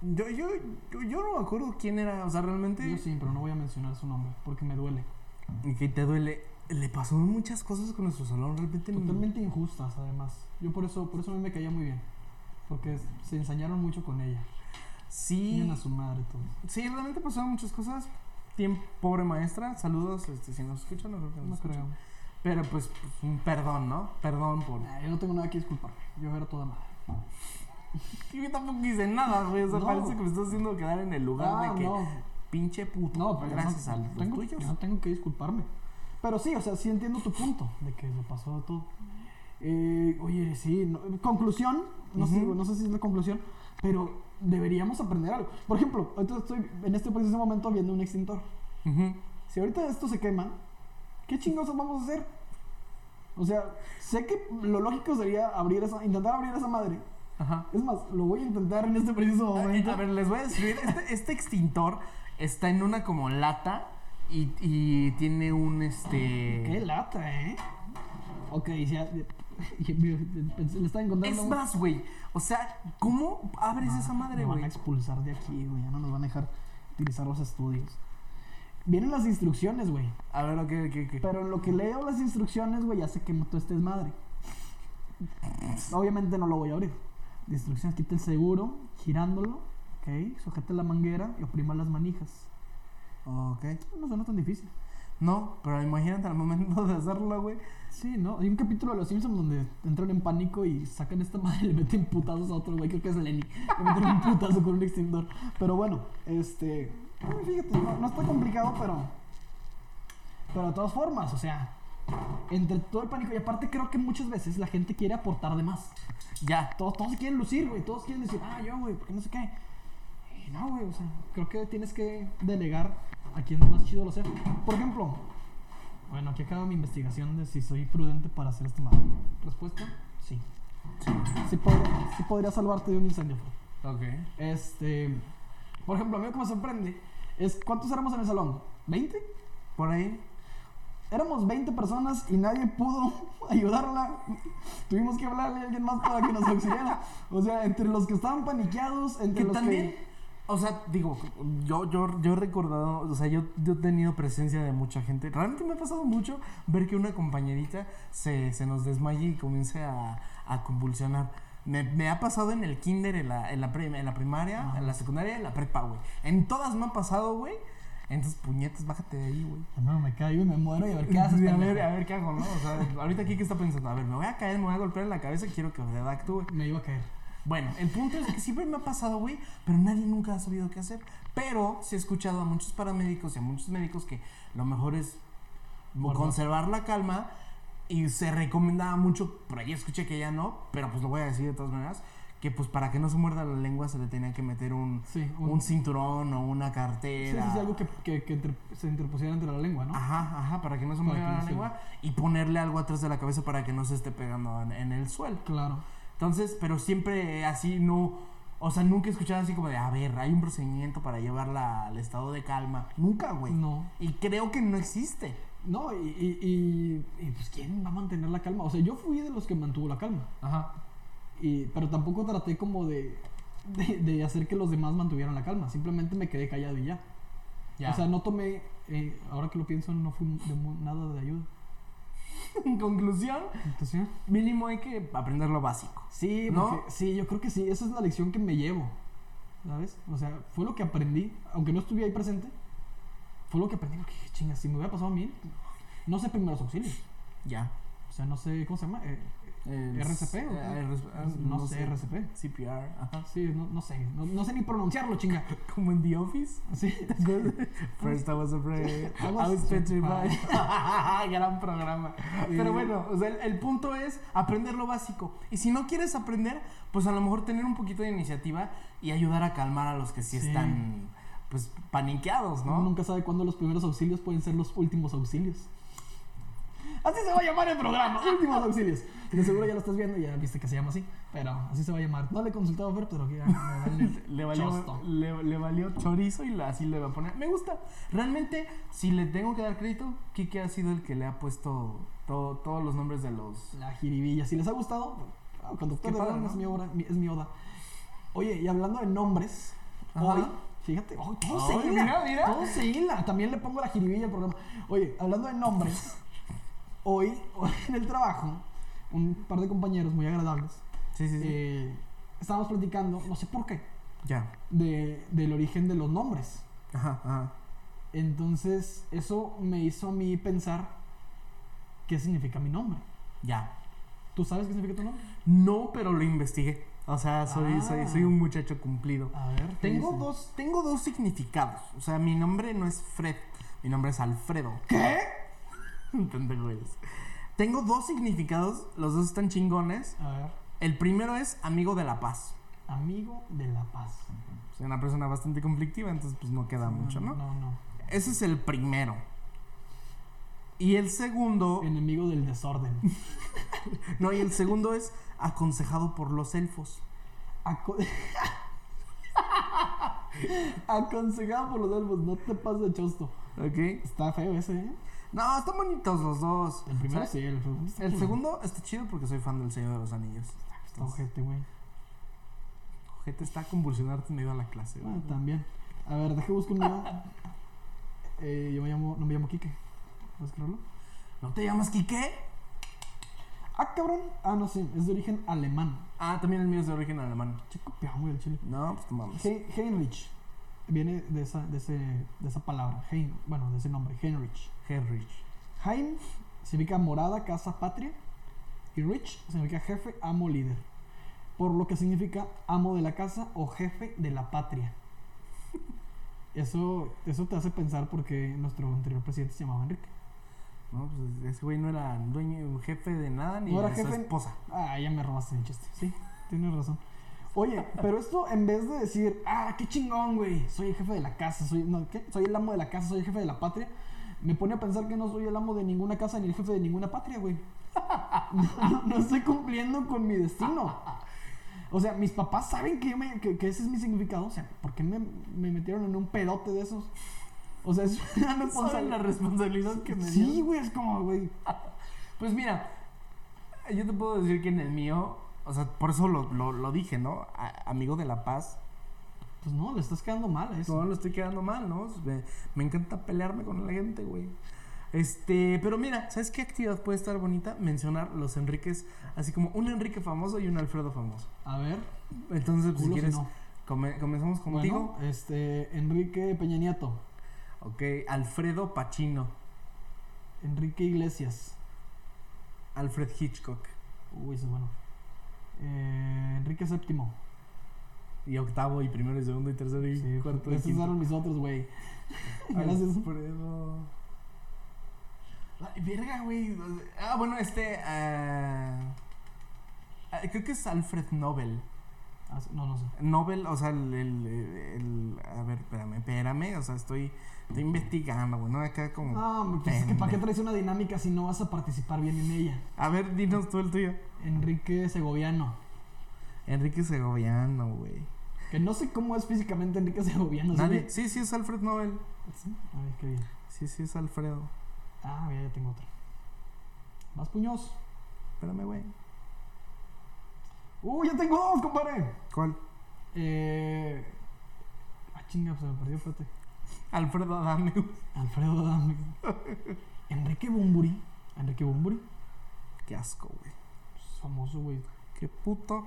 Yo, yo, yo, yo no me acuerdo quién era. O sea, realmente.
Yo sí, pero no voy a mencionar su nombre porque me duele.
Y que te duele. Le pasó muchas cosas con nuestro salón. Realmente.
totalmente injustas además. Yo por eso, por eso a mí me caía muy bien. Porque es- se ensañaron mucho con ella.
Sí.
Iban a su madre todo.
Sí, realmente pasaron muchas cosas. Tiem- pobre maestra. Saludos. Este, si nos escuchan, no creo que nos
No
escuchan.
creo.
Pero pues, pues, un perdón, ¿no? Perdón por.
Nah, yo no tengo nada que disculparme. Yo era toda madre.
Yo tampoco hice nada, güey. O sea,
No.
parece que me estás haciendo quedar en el lugar
Ah,
de que.
no.
Pinche puto.
No, pero yo
Gracias
no,
a
no
los
tengo,
tuyos.
yo no tengo que disculparme. Pero sí, o sea, sí entiendo tu punto de que le pasó de todo. Eh, oye, sí, no- conclusión, no, sé,
Ujú.
no sé si es la conclusión, pero deberíamos aprender algo. Por ejemplo, ahorita estoy en este preciso momento viendo un extintor.
Ujú.
Si ahorita esto se quema, ¿qué chingados vamos a hacer? O sea, sé que lo lógico sería abrir esa, intentar abrir esa madre.
Ajá.
Es más, lo voy a intentar en este preciso
eh, A ver,
momento.
a ver, les voy a describir. Este, este extintor está en una como lata y, y tiene un este.
Qué lata, ¿eh? Ok, ya. [LAUGHS] pensé- Le estaba encontrando.
Es más, güey. O sea, ¿cómo abres esa madre,
Me van
güey?
a expulsar de aquí, güey. Ya no nos van a dejar utilizar los estudios. Vienen las instrucciones, güey.
A ver, ok, ok, ok.
Pero en lo que leo las instrucciones, güey, ya sé que tú estés madre. Obviamente no lo voy a abrir. Instrucciones, quita el seguro, girándolo, ok, sujete la manguera y oprima las manijas.
Ok.
No suena tan difícil.
No, pero imagínate al momento de hacerlo, güey.
Sí, ¿no? Hay un capítulo de Los Simpsons donde entran en pánico y sacan esta madre y le meten putazos a otro güey, creo que es Lenny. Le meten un putazo con un extintor. Pero bueno, este... ay, Fíjate, no, no está complicado, pero... Pero de todas formas, o sea... Entre todo el pánico, y aparte creo que muchas veces la gente quiere aportar de más.
Ya.
Todos, todos quieren lucir, güey. Todos quieren decir, ah, yo, güey, porque no sé qué. Y no, güey, o sea, creo que tienes que delegar a quien más chido lo sea. Por ejemplo, bueno, aquí acaba mi investigación de si soy prudente para hacer este mal. Respuesta, sí. Sí, pod- sí podría salvarte de un incendio. Fro.
Ok.
Este, por ejemplo, a mí lo que me sorprende es cuántos éramos en el salón. ¿20?
Por ahí.
Éramos 20 personas y nadie pudo [LAUGHS] ayudarla. Tuvimos que hablarle a alguien más para que nos auxiliara. O sea, entre los que estaban paniqueados, entre
Que
los
también.
que...
O sea, digo, yo, yo, yo he recordado, o sea, yo, yo he tenido presencia de mucha gente. Realmente me ha pasado mucho ver que una compañerita se, se nos desmaye y comience a, a convulsionar. Me, me ha pasado en el kinder, en la, en la, prim- en la primaria, en la secundaria, en la prepa, güey. En todas me ha pasado, güey. Entonces, puñetas, bájate de ahí, güey.
Ah, No, me caigo y me muero y a ver
[LAUGHS]
qué haces.
Sí, a
pendejo.
ver, a ver qué hago, ¿no? O sea, ahorita aquí que está pensando, a ver, me voy a caer, me voy a golpear en la cabeza y quiero que verdad actúe.
Me iba a caer.
Bueno, el punto es que siempre me ha pasado, güey, pero nadie nunca ha sabido qué hacer. Pero sí he escuchado a muchos paramédicos y a muchos médicos que lo mejor es
Guardar.
conservar la calma y se recomendaba mucho, por ahí escuché que ya no, pero pues lo voy a decir de todas maneras, que pues para que no se muerda la lengua se le tenía que meter un,
Sí,
un, cinturón o una
Sí,
cartera.
sí, sí, algo que, que, que entre- se interpusiera entre la lengua, ¿no?
Ajá, ajá, para que no se
Para
mueva
que no
la
se-
lengua y ponerle algo atrás de la cabeza para que no se esté pegando en, en el suelo.
Claro.
Entonces, pero siempre así no, o sea, nunca he escuchado así como de, a ver, hay un procedimiento para llevarla al estado de calma. Nunca, güey.
No.
Y creo que no existe.
No, y, y, y- y, pues ¿quién va a mantener la calma? O sea, yo fui de los que mantuvo la calma.
Ajá.
Y, pero tampoco traté como de, de, de hacer que los demás mantuvieran la calma. Simplemente me quedé callado y ya. O sea, no tomé, eh, ahora que lo pienso, no fui de mu- nada de ayuda.
[LAUGHS] en conclusión,
Entonces,
mínimo hay que aprender lo básico.
sí,
¿No?
porque- sí, yo creo que sí. Esa es la lección que me llevo. ¿Sabes? O sea, fue lo que aprendí, aunque no estuve ahí presente. Fue lo que aprendí, porque dije, chinga, si me hubiera pasado a mí, no sé primeros auxilios.
Ya.
O sea, no sé, ¿cómo se llama? Eh,
El-
¿RCP o qué? Ah,
eh, RCP,
No sé, RCP.
CPR, ajá. [LAUGHS]
sí, no, no sé, no, no sé ni pronunciarlo, chinga. [LAUGHS]
Como en The Office. [LAUGHS]
Sí,
First I was afraid.
Ah. I
I
was
was, petrified.
petrified.
[LAUGHS] Gran programa. Pero bueno, o sea, el, el punto es aprender lo básico. Y si no quieres aprender, pues a lo mejor tener un poquito de iniciativa y ayudar a calmar a los que sí,
Sí.
están pues paniqueados,
Uno
¿no?
nunca sabe cuándo los primeros auxilios pueden ser los últimos auxilios.
Así se va a llamar el [LAUGHS] programa.
Últimos auxilios. De seguro ya lo estás viendo y ya viste que se llama así. Pero así se va a llamar. No le he consultado a Fer, pero que ya me
[LAUGHS]
vale
Le valió,
chosto.
le, le valió chorizo y la- así le va a poner. Me gusta. Realmente, si le tengo que dar crédito, Kike ha sido el que le ha puesto todo- todos los nombres de los.
[LAUGHS] La jiribilla. Si les ha gustado, ah, conductor de
Qué padre,
Batman
¿no?
es, mi obra, mi- es mi oda. Oye, y hablando de nombres,
Ajá.
hoy, fíjate, oh, todo
Ay,
se hila.
mira, mira.
Todo se hila. También le pongo la jiribilla al programa. Oye, hablando de nombres, hoy, hoy en el trabajo, un par de compañeros muy agradables,
Sí, sí,
eh, estábamos platicando, no sé por qué,
ya.
de- del origen de los nombres.
Ajá, ajá.
Entonces, eso me hizo a mí pensar qué significa mi nombre.
Ya.
¿Tú sabes qué significa tu nombre?
No, pero lo investigué. O sea, soy,
Ah.
soy, soy un muchacho cumplido.
A ver. ¿qué
Tengo
dice?
dos, tengo dos significados. O sea, mi nombre no es Fred, mi nombre es Alfredo. [LAUGHS]
¿Qué?
Pendejo eres. Tengo dos significados, los dos están chingones.
A ver.
El primero es amigo de la paz.
Amigo de la paz.
Soy una persona bastante conflictiva, entonces pues no queda mucho, ¿no?
No, no.
Ese es el primero. Y el segundo,
Enemigo del desorden.
no, y el segundo es aconsejado por los elfos.
Aco- [LAUGHS] Aconsejado por los elfos, no te pases de chosto.
¿Ok?
Está feo ese, ¿eh?
No, están bonitos los dos.
El primero
¿Sabes?
sí, el segundo. está
El
culero.
segundo está chido porque soy fan del Señor de los Anillos.
Está ojete, güey.
Gente está a convulsionarte en medio de la clase, güey.
Ah, también. A ver, deje busco un mío. Eh, yo me llamo, no me llamo Quique. ¿Puedes creerlo?
¿No te llamas Quique?
Ah, cabrón. Ah, no, sí, es de origen alemán.
Ah, también el mío es de origen alemán.
Chico, peón, güey, el chile.
No, pues tú mames.
He- Heinrich. Viene de esa, de ese, de esa palabra. Hein, bueno, de ese nombre, Heinrich.
Heinrich.
Hein significa morada, casa, patria. Y Rich significa jefe, amo, líder. Por lo que significa amo de la casa o jefe de la patria. [LAUGHS] Eso, eso te hace pensar porque nuestro anterior presidente se llamaba Enrique.
No, pues ese güey no era dueño, jefe de nada ni
No era
de su
jefe-
esposa.
Ah, ya me robaste mi chiste. Sí, tienes razón. Oye, pero esto en vez de decir, ah, qué chingón, güey, soy el jefe de la casa, soy, no, ¿qué? soy el amo de la casa, soy el jefe de la patria, me pone a pensar que no soy el amo de ninguna casa ni el jefe de ninguna patria, güey. [LAUGHS] No, no- no estoy cumpliendo con mi destino. O sea, mis papás saben que, yo me- que, que ese es mi significado. O sea, ¿por qué me, me metieron en un pedote de esos? O sea, es una
[LAUGHS] ¿Saben la
responsabilidad.
responsabilidad que me
Sí,
dieron?
güey, es como, güey.
Pues mira, yo te puedo decir que en el mío, o sea, por eso lo, lo- lo dije, ¿no? A- amigo de la paz.
Pues no, le estás quedando mal a eso.
Pues, No, lo estoy quedando mal, ¿no? Me, me encanta pelearme con la gente, güey. Este, pero mira, ¿sabes qué actividad puede estar bonita? Mencionar los Enriques, así como un Enrique famoso y un Alfredo famoso.
A ver,
Entonces, pues,
culos
si
y
quieres,
no.
come- comenzamos contigo.
Bueno, este, Enrique Peña Nieto,
Ok, Alfredo Pacino,
Enrique Iglesias.
Alfred Hitchcock
Uy, eso es bueno. Eh, Enrique VII.
y octavo y primero y segundo y tercero y
Sí,
cuarto y
Esos
quinto.
eran mis otros, güey. Gracias.
Alfredo. Ay, verga, güey. Ah, bueno, este. ah, ah, creo que es Alfred Nobel.
Ah, sí, No, no sé.
Nobel, o sea, el, el- el- A ver, espérame, espérame. O sea, estoy, estoy investigando, güey. No acá como.
No, pues es que ¿para qué traes una dinámica si no vas a participar bien en ella?
A ver, dinos tú el tuyo.
Enrique Segoviano.
Enrique Segoviano, güey.
Que no sé cómo es físicamente Enrique Segoviano. sí,
Nadie- Sí, sí, es Alfred Nobel.
¿sí? A ver, qué bien.
Sí, sí, es Alfredo.
Ah, mira, ya tengo otro. Más puños.
Espérame, güey.
¡Uh, ya tengo dos, compadre!
¿Cuál?
Eh. Ah, chinga, se me perdió, espérate.
Alfredo Adame, güey.
Alfredo Adame. Enrique Bumburi. Enrique Bumburi.
Qué asco, güey.
Es famoso, güey.
Qué puto.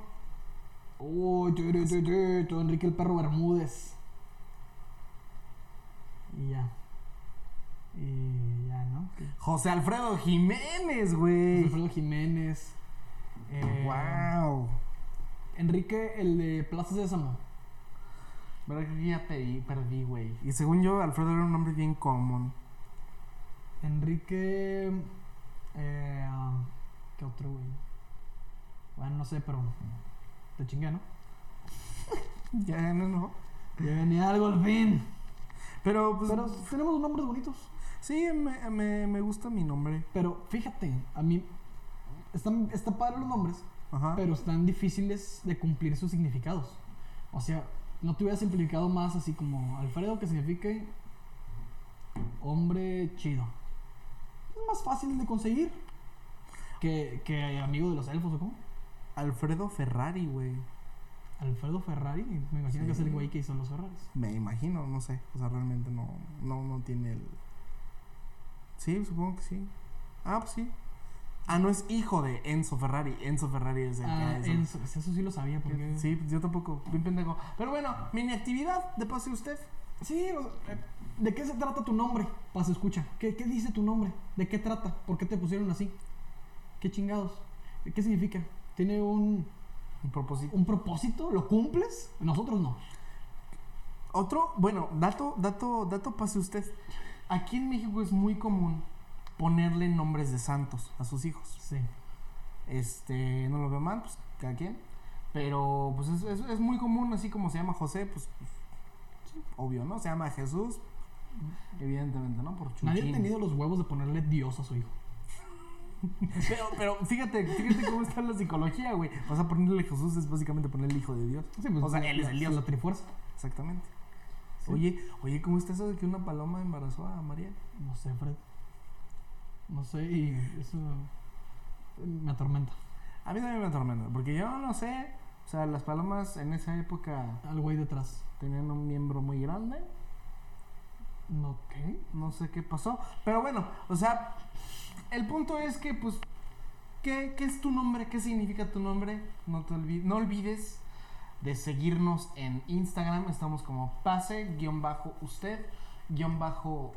Oh, tu, tu, tu, tu, tu, Enrique el Perro Bermúdez. Y ya. Y ya, ¿no? Que-
José Alfredo Jiménez, güey.
Alfredo Jiménez. eh,
Wow.
Enrique, el de Plaza Sésamo.
Verdad que ya pedí, perdí, güey. Y según yo, Alfredo era un nombre bien común.
Enrique. Eh, ah, ¿Qué otro, güey? Bueno, no sé, pero. Te chingué, [LAUGHS] ¿no?
Ya no, no.
Ya venía algo al fin.
Pero, pues,
Pero tenemos nombres bonitos.
sí, me, me, me gusta mi nombre.
Pero fíjate, a mí. Están, está padre los nombres,
Ajá.
pero están difíciles de cumplir sus significados. O sea, no te hubiera simplificado más así como Alfredo, que signifique hombre chido. Es más fácil de conseguir que, que amigo de los elfos o cómo.
Alfredo Ferrari, güey.
Alfredo Ferrari, me imagino que es el
Sí.
güey que hizo los Ferraris.
Me imagino, no sé. O sea, realmente no, no, no tiene el. Sí, supongo que sí. Ah, pues sí. Ah, no es hijo de Enzo Ferrari. Enzo Ferrari es el
Ah,
que es el-
Enzo, pues eso sí lo sabía, porque.
Sí, pues yo tampoco. Bien pendejo. Pero bueno, mini actividad. De pase usted.
Sí, o sea, eh, ¿de qué se trata tu nombre? Paz, escucha. ¿Qué, qué dice tu nombre? ¿De qué trata? ¿Por qué te pusieron así? ¿Qué chingados? ¿Qué significa? ¿Tiene un,
Un propósito.
un propósito? ¿Lo cumples? Nosotros no.
Otro, bueno, dato, dato, dato pase usted. Aquí en México es muy común ponerle nombres de santos a sus hijos.
Sí.
Este, no lo veo mal, pues cada quien. Pero pues es, es- es muy común, así como se llama José, pues, pues, obvio, ¿no? Se llama Jesús, evidentemente, ¿no? Por
Nadie ha
chuchín.
tenido los huevos de ponerle Dios a su hijo.
[LAUGHS] Pero, pero fíjate, fíjate cómo está la psicología, güey. O sea, ponerle Jesús es básicamente ponerle hijo de Dios.
Sí, pues,
O sea,
la-
él es
la-
el Dios.
La trifuerza.
Exactamente.
Sí.
Oye, oye, ¿cómo está eso de que una paloma embarazó a María?
No sé, Fred. No sé, y eso eh, me atormenta.
A mí también me atormenta, porque yo no sé, o sea, las palomas en esa época
Al güey detrás.
tenían un miembro muy grande,
¿No qué?
no sé qué pasó, pero bueno, o sea, el punto es que pues, ¿qué, qué es tu nombre? ¿Qué significa tu nombre? No, te olvi- no olvides de seguirnos en Instagram, estamos como pase-usted-podcast guión bajo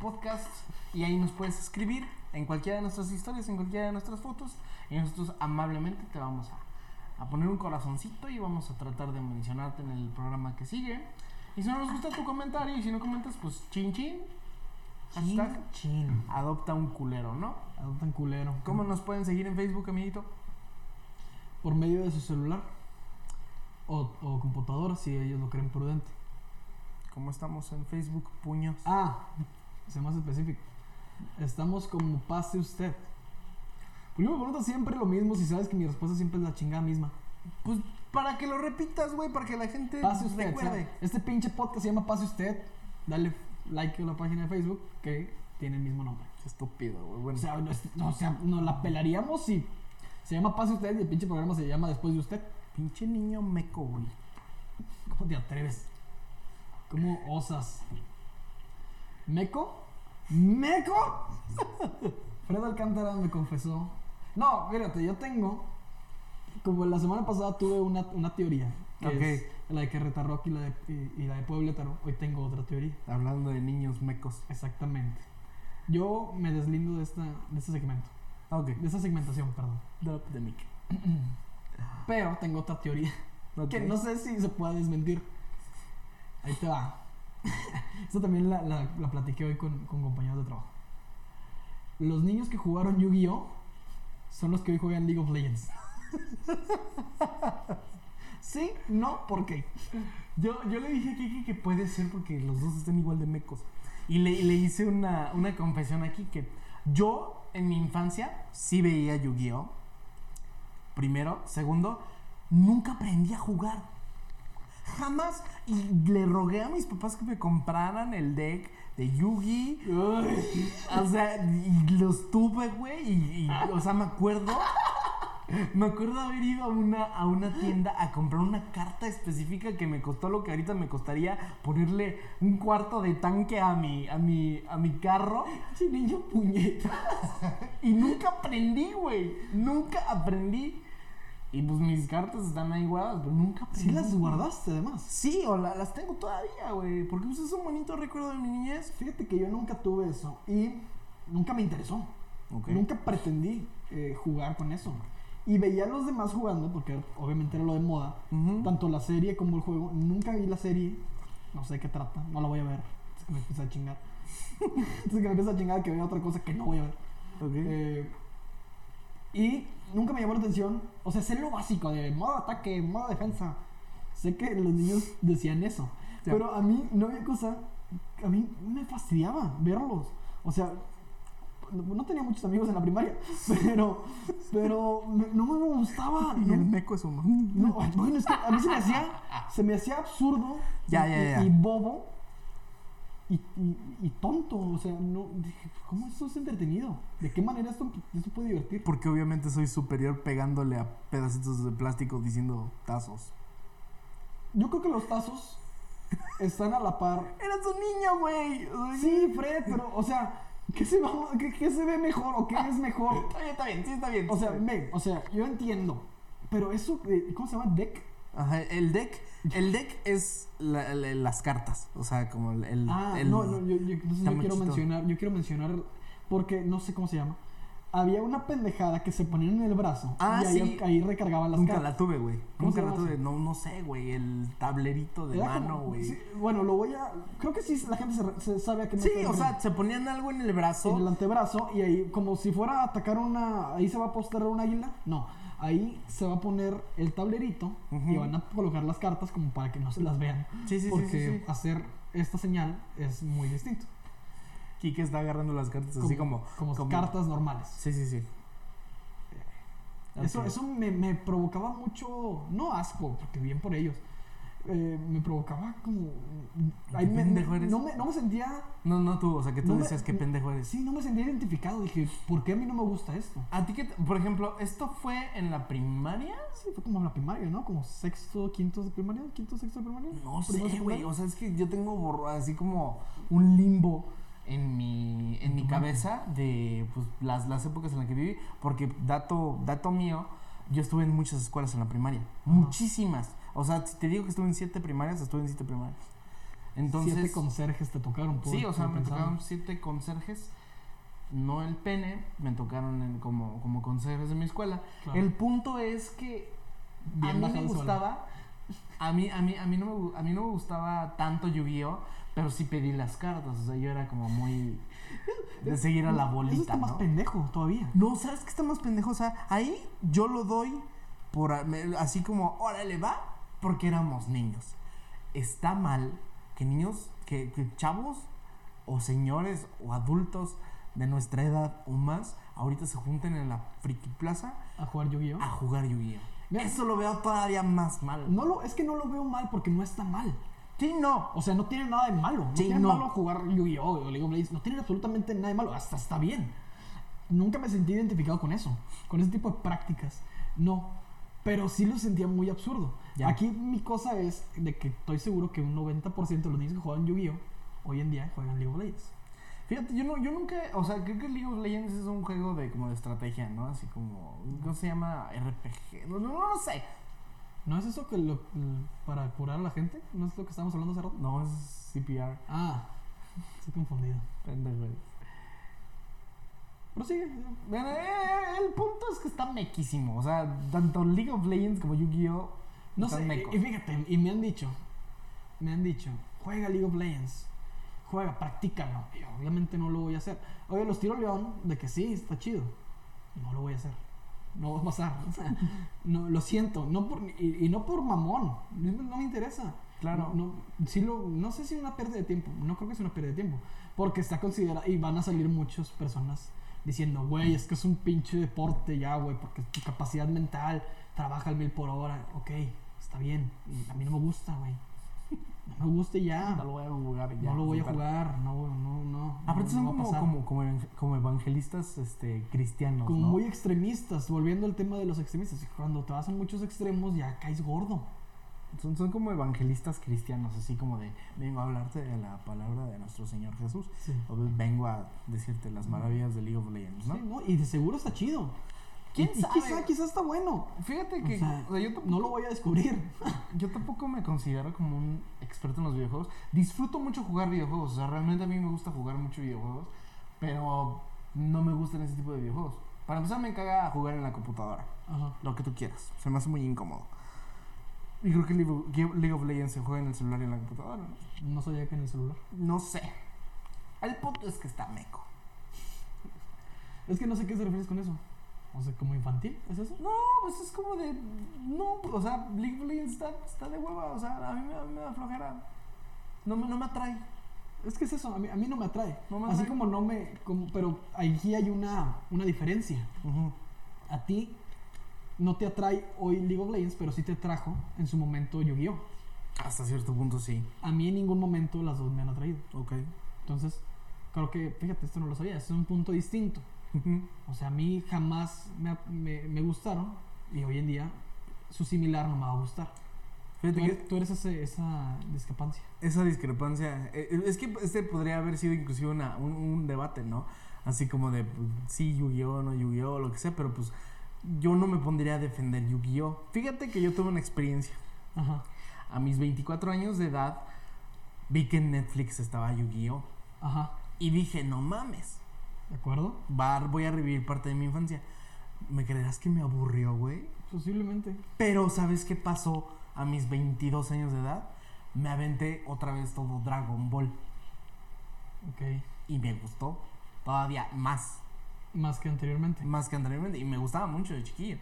podcast, y ahí nos puedes escribir en cualquiera de nuestras historias, en cualquiera de nuestras fotos y nosotros amablemente te vamos a, a poner un corazoncito y vamos a tratar de mencionarte en el programa que sigue. Y si no nos gusta tu comentario y si no comentas, pues chin chin, hashtag
Chin, chin.
adopta un culero, ¿no?
Adoptan culero.
¿Cómo nos pueden seguir en Facebook, amiguito?
por medio de su celular o, o computadora si ellos lo creen prudente.
¿Cómo estamos en Facebook, puños?
Ah, sea más específico. Estamos como pase usted. Porque yo me pregunto siempre lo mismo si sabes que mi respuesta siempre es la chingada misma.
Pues para que lo repitas, güey, para que la gente
Pase usted.
recuerde.
o sea, este pinche podcast se llama Pase usted. Dale like a la página de Facebook que tiene el mismo nombre.
Qué Estúpido, güey.
O
Bueno,
sea, no, es- no, o sea, nos la pelaríamos si se llama Pase usted y el pinche programa se llama Después de usted.
pinche niño meco, güey.
¿Cómo te atreves? ¿Cómo osas? Meco ¡Meco! [LAUGHS] Fred Alcántara me confesó. No, fíjate, yo tengo. Como la semana pasada tuve una, una teoría. Que
Ok.
es la de Querétaro Rock y la de, y, y la de Puebletaro. Hoy tengo otra teoría.
Hablando de niños mecos.
Exactamente. Yo me deslindo de, esta, de este segmento.
Ok.
De esta segmentación, perdón.
Drop the mic.
Pero tengo otra teoría.
Ok.
Que no sé si se pueda desmentir. Ahí te va. [LAUGHS] Esto también la, la, la platiqué hoy con, con compañeros de trabajo. Los niños que jugaron Yu-Gi-Oh! son los que hoy juegan League of Legends. ¿Sí? ¿No? ¿Por qué?
Yo, yo le dije a Kiki que puede ser porque los dos están igual de mecos. Y le, y le hice una, una confesión aquí que yo en mi infancia sí veía Yu-Gi-Oh! Primero. Segundo, nunca aprendí a jugar. Jamás. Y le rogué a mis papás que me compraran el deck de Yu-Gi. O sea, y los tuve, güey, y, y, o sea, me acuerdo. Me acuerdo haber ido a una, a una tienda a comprar una carta específica que me costó lo que ahorita me costaría ponerle un cuarto de tanque a mi, a mi, a mi carro.
Ese niño puñeta.
Y nunca aprendí, güey. Nunca aprendí. Y pues mis cartas están ahí guardadas, pero nunca aprendí.
Sí las guardaste además.
Sí, o la- las tengo todavía, güey. Porque pues, es un bonito recuerdo de mi niñez.
Fíjate que yo nunca tuve eso y nunca me interesó. Nunca pretendí eh, jugar con eso. Y veía a los demás jugando, porque obviamente era lo de moda.
Ujú.
Tanto la serie como el juego. Nunca vi la serie. No sé de qué trata. No la voy a ver. Es que me empieza a chingar. [LAUGHS] es que me empieza a chingar que vea otra cosa que no voy a ver.
Ok.
Eh, y nunca me llamó la atención. O sea, sé lo básico de modo ataque, modo defensa. Sé que los niños decían eso.
Ya.
Pero a mí no había cosa. A mí me fastidiaba verlos. O sea, no no tenía muchos amigos en la primaria. [LAUGHS] Pero, pero me- no me gustaba.
[LAUGHS] Y el
No,
meco es humano.
no, bueno, es que a mí se me hacía, se me hacía absurdo
Ya,
y,
ya,
y-
ya.
y bobo y, y- y tonto. O sea, no, dije, ¿cómo esto es entretenido? ¿De qué manera esto, esto puede divertir?
Porque obviamente soy superior pegándole a pedacitos de plástico diciendo tazos.
Yo creo que los tazos están a la par.
Eras un niño, güey. O sea,
Sí, Fred, pero, o sea, ¿qué se, va- qué- qué se ve mejor o qué es mejor?
Está bien, está bien, sí, está bien.
O
sí
sea,
está bien.
me, o sea, yo entiendo. Pero eso, de- ¿cómo se llama? Deck.
Ajá, el deck, el deck es la- la- las cartas. O sea, como el. el-
Ah,
el-
no, no, yo, yo- entonces yo quiero
tamuchito.
mencionar, yo quiero mencionar, porque no sé cómo se llama. Había una pendejada que se ponían en el brazo
Ah,
y ahí,
sí.
ahí recargaban las
Nunca
cartas.
la tuve, güey.
¿Cómo se
Nunca la
llama
tuve.
eso?
No, no sé, güey. El tablerito de
Era
mano,
como-
güey.
sí,
Sí,
bueno, lo voy a. Creo que sí, la gente se, re- se sabe a qué me estoy
o sea,
refiriendo.
se ponían algo en el brazo.
En el antebrazo y ahí, como si fuera a atacar una. Ahí se va a apostar un águila. No. Ahí se va a poner el tablerito y
Ujú.
van a colocar las cartas como para que no se las vean.
Sí, sí, sí,
porque
sí, sí.
hacer esta señal es muy distinto.
Kike está agarrando las cartas así como.
como cartas normales.
Sí, sí, sí.
Eso,
Ok.
eso me, me provocaba mucho, no asco, porque bien por ellos. eh, me provocaba como. ahí me-
pendejo eres.
no, me, no me sentía.
No, no tú, o sea, que tú
No me-
decías que pendejo eres.
Sí, no me sentía identificado. Dije, ¿por qué a mí no me gusta esto?
A ti que, te- por ejemplo, esto fue en la primaria.
Sí, fue como en la primaria, ¿no? Como sexto, quinto de primaria, quinto, sexto de primaria.
No
Primero,
sé,
segundo.
güey. O sea, es que yo tengo borro- así como un limbo en mi, en mi cabeza de pues, las, las épocas en las que viví. Porque, dato, dato mío, yo estuve en muchas escuelas en la primaria. Muchísimas. O sea, si te digo que estuve en siete primarias, estuve en siete primarias. Entonces,
Siete conserjes te tocaron.
Sí,
pobre,
o sea,
pobre
me
pensado.
tocaron siete conserjes. No el pene, me tocaron en- como, como conserjes de mi escuela.
Claro.
El punto es que
Bien
a mí
bajado
me
el sueldo.
gustaba. A mí, a, mí, a, mí no me, gu- a mí no me gustaba tanto Yu-Gi-Oh! Pero sí pedí las cartas. O sea, yo era como muy. de seguir a la bolita.
Eso está más
¿no?
pendejo todavía.
No, ¿sabes qué está más pendejo? O sea, ahí yo lo doy por a- me- así como, órale, va, porque éramos niños. Está mal que niños, que, que chavos o señores o adultos de nuestra edad o más, ahorita se junten en la friki plaza
A jugar Yu-Gi-Oh!
a jugar Yu-Gi-Oh!
Mira.
Eso lo veo todavía más mal.
No lo, es que no lo veo mal porque no está mal.
Sí, no.
O sea, no tiene nada de malo. No
Sí,
tiene
no.
malo jugar Yu-Gi-Oh! o League of Legends. No tiene absolutamente nada de malo. Hasta está bien. Nunca me sentí identificado con eso. Con ese tipo de prácticas. No. Pero sí lo sentía muy absurdo.
Ya.
Aquí mi cosa es de que estoy seguro que un 90% de los niños que juegan Yu-Gi-Oh! hoy en día juegan League of Legends.
Fíjate, yo, no, yo nunca, o sea, creo que League of Legends es un juego de como de estrategia, ¿no? Así como, ¿cómo se llama? RPG, no, no, no sé.
¿No es eso que lo, para curar a la gente? ¿No es lo que estábamos hablando hace rato?
No, es CPR,
Ah, [LAUGHS] estoy confundido.
pendejo.
Pero sigue.
Bueno, eh, eh, el punto es que está mequísimo, o sea, tanto League of Legends como Yu-Gi-Oh!
No
están
sé,
mecos.
y y fíjate, y me han dicho, me han dicho, juega League of Legends, juega, practícalo. Y yo, obviamente no lo voy a hacer. Oye, los tiro león de que sí, está chido. No lo voy a hacer. No va a pasar. [LAUGHS] O sea, no, lo siento. No por, y, y no por mamón. No no me interesa.
Claro.
No, no- sí lo, no sé si es una pérdida de tiempo. No creo que sea una pérdida de tiempo. Porque está considerada. Y van a salir muchas personas diciendo, güey, es que es un pinche deporte ya, güey. Porque tu capacidad mental trabaja al mil por hora. Ok, está bien. A mí no me gusta, güey. No me gusta y
[LAUGHS]
ya.
No lo voy a jugar ya.
no lo voy a
Pero-
jugar. No, no, no.
Aparte
no,
son
no va a
como,
pasar.
como, como, evang- como evangelistas este, cristianos,
como
¿no?
muy extremistas. Volviendo al tema de los extremistas. Cuando te vas a muchos extremos ya caes gordo.
Son, son como evangelistas cristianos, así como de, vengo a hablarte de la palabra de nuestro Señor Jesús,
Sí.
o vengo a decirte las maravillas de League of Legends, ¿no?
Sí, ¿no? Y de seguro está chido.
¿Quién
Y- y
sabe?
Quizá, quizá está bueno.
Fíjate
O
que
sea,
o sea, yo, tampoco,
No lo voy a descubrir.
yo tampoco me considero como un experto en los videojuegos. Disfruto mucho jugar videojuegos, o sea, realmente a mí me gusta jugar mucho videojuegos, pero no me gustan ese tipo de videojuegos. Para empezar, me caga jugar en la computadora.
Ajá.
lo que tú quieras. Se me hace muy incómodo. Y creo que League of- que League of Legends se juega en el celular y en la computadora, ¿no?
No sabía que en el celular.
No sé. El punto es que está meco.
Es que no sé qué se refieres con eso. O sea, como infantil, ¿es eso?
No, pues es como de. No, o sea, League of Legends está, está de hueva. O sea, a mí me, a mí me da flojera. No, me- no me atrae.
Es que es eso, a mí, a mí no me atrae.
No me
Así
atrae.
como no me. Como, pero aquí hay una, una diferencia. A ti no te atrae hoy League of Legends, pero sí te atrajo en su momento Yu-Gi-Oh!
Hasta cierto punto sí.
A mí en ningún momento las dos me han atraído.
Ok.
Entonces, creo que, fíjate, esto no lo sabía, es un punto distinto. O sea, a mí jamás me, me- me gustaron y hoy en día su similar no me va a gustar. Tú
Fíjate que
eres, tú eres ese- esa discapancia.
esa discrepancia. eh, eh, es que este podría haber sido inclusive una, un, un debate, ¿no? Así como de pues, sí, Yu-Gi-Oh, no Yu-Gi-Oh, lo que sea, pero pues yo no me pondría a defender Yu-Gi-Oh. Fíjate que yo tuve una experiencia.
Ajá,
A mis 24 años de edad vi que en Netflix estaba Yu-Gi-Oh.
ajá,
Y dije, no mames,
¿de acuerdo?
va- voy a revivir parte de mi infancia. ¿Me creerás que me aburrió, güey?
Posiblemente.
Pero ¿sabes qué pasó a mis 22 años de edad? Me aventé otra vez todo Dragon Ball.
Ok.
y me gustó todavía más,
Más que anteriormente.
más que anteriormente, y me gustaba mucho de chiquillo.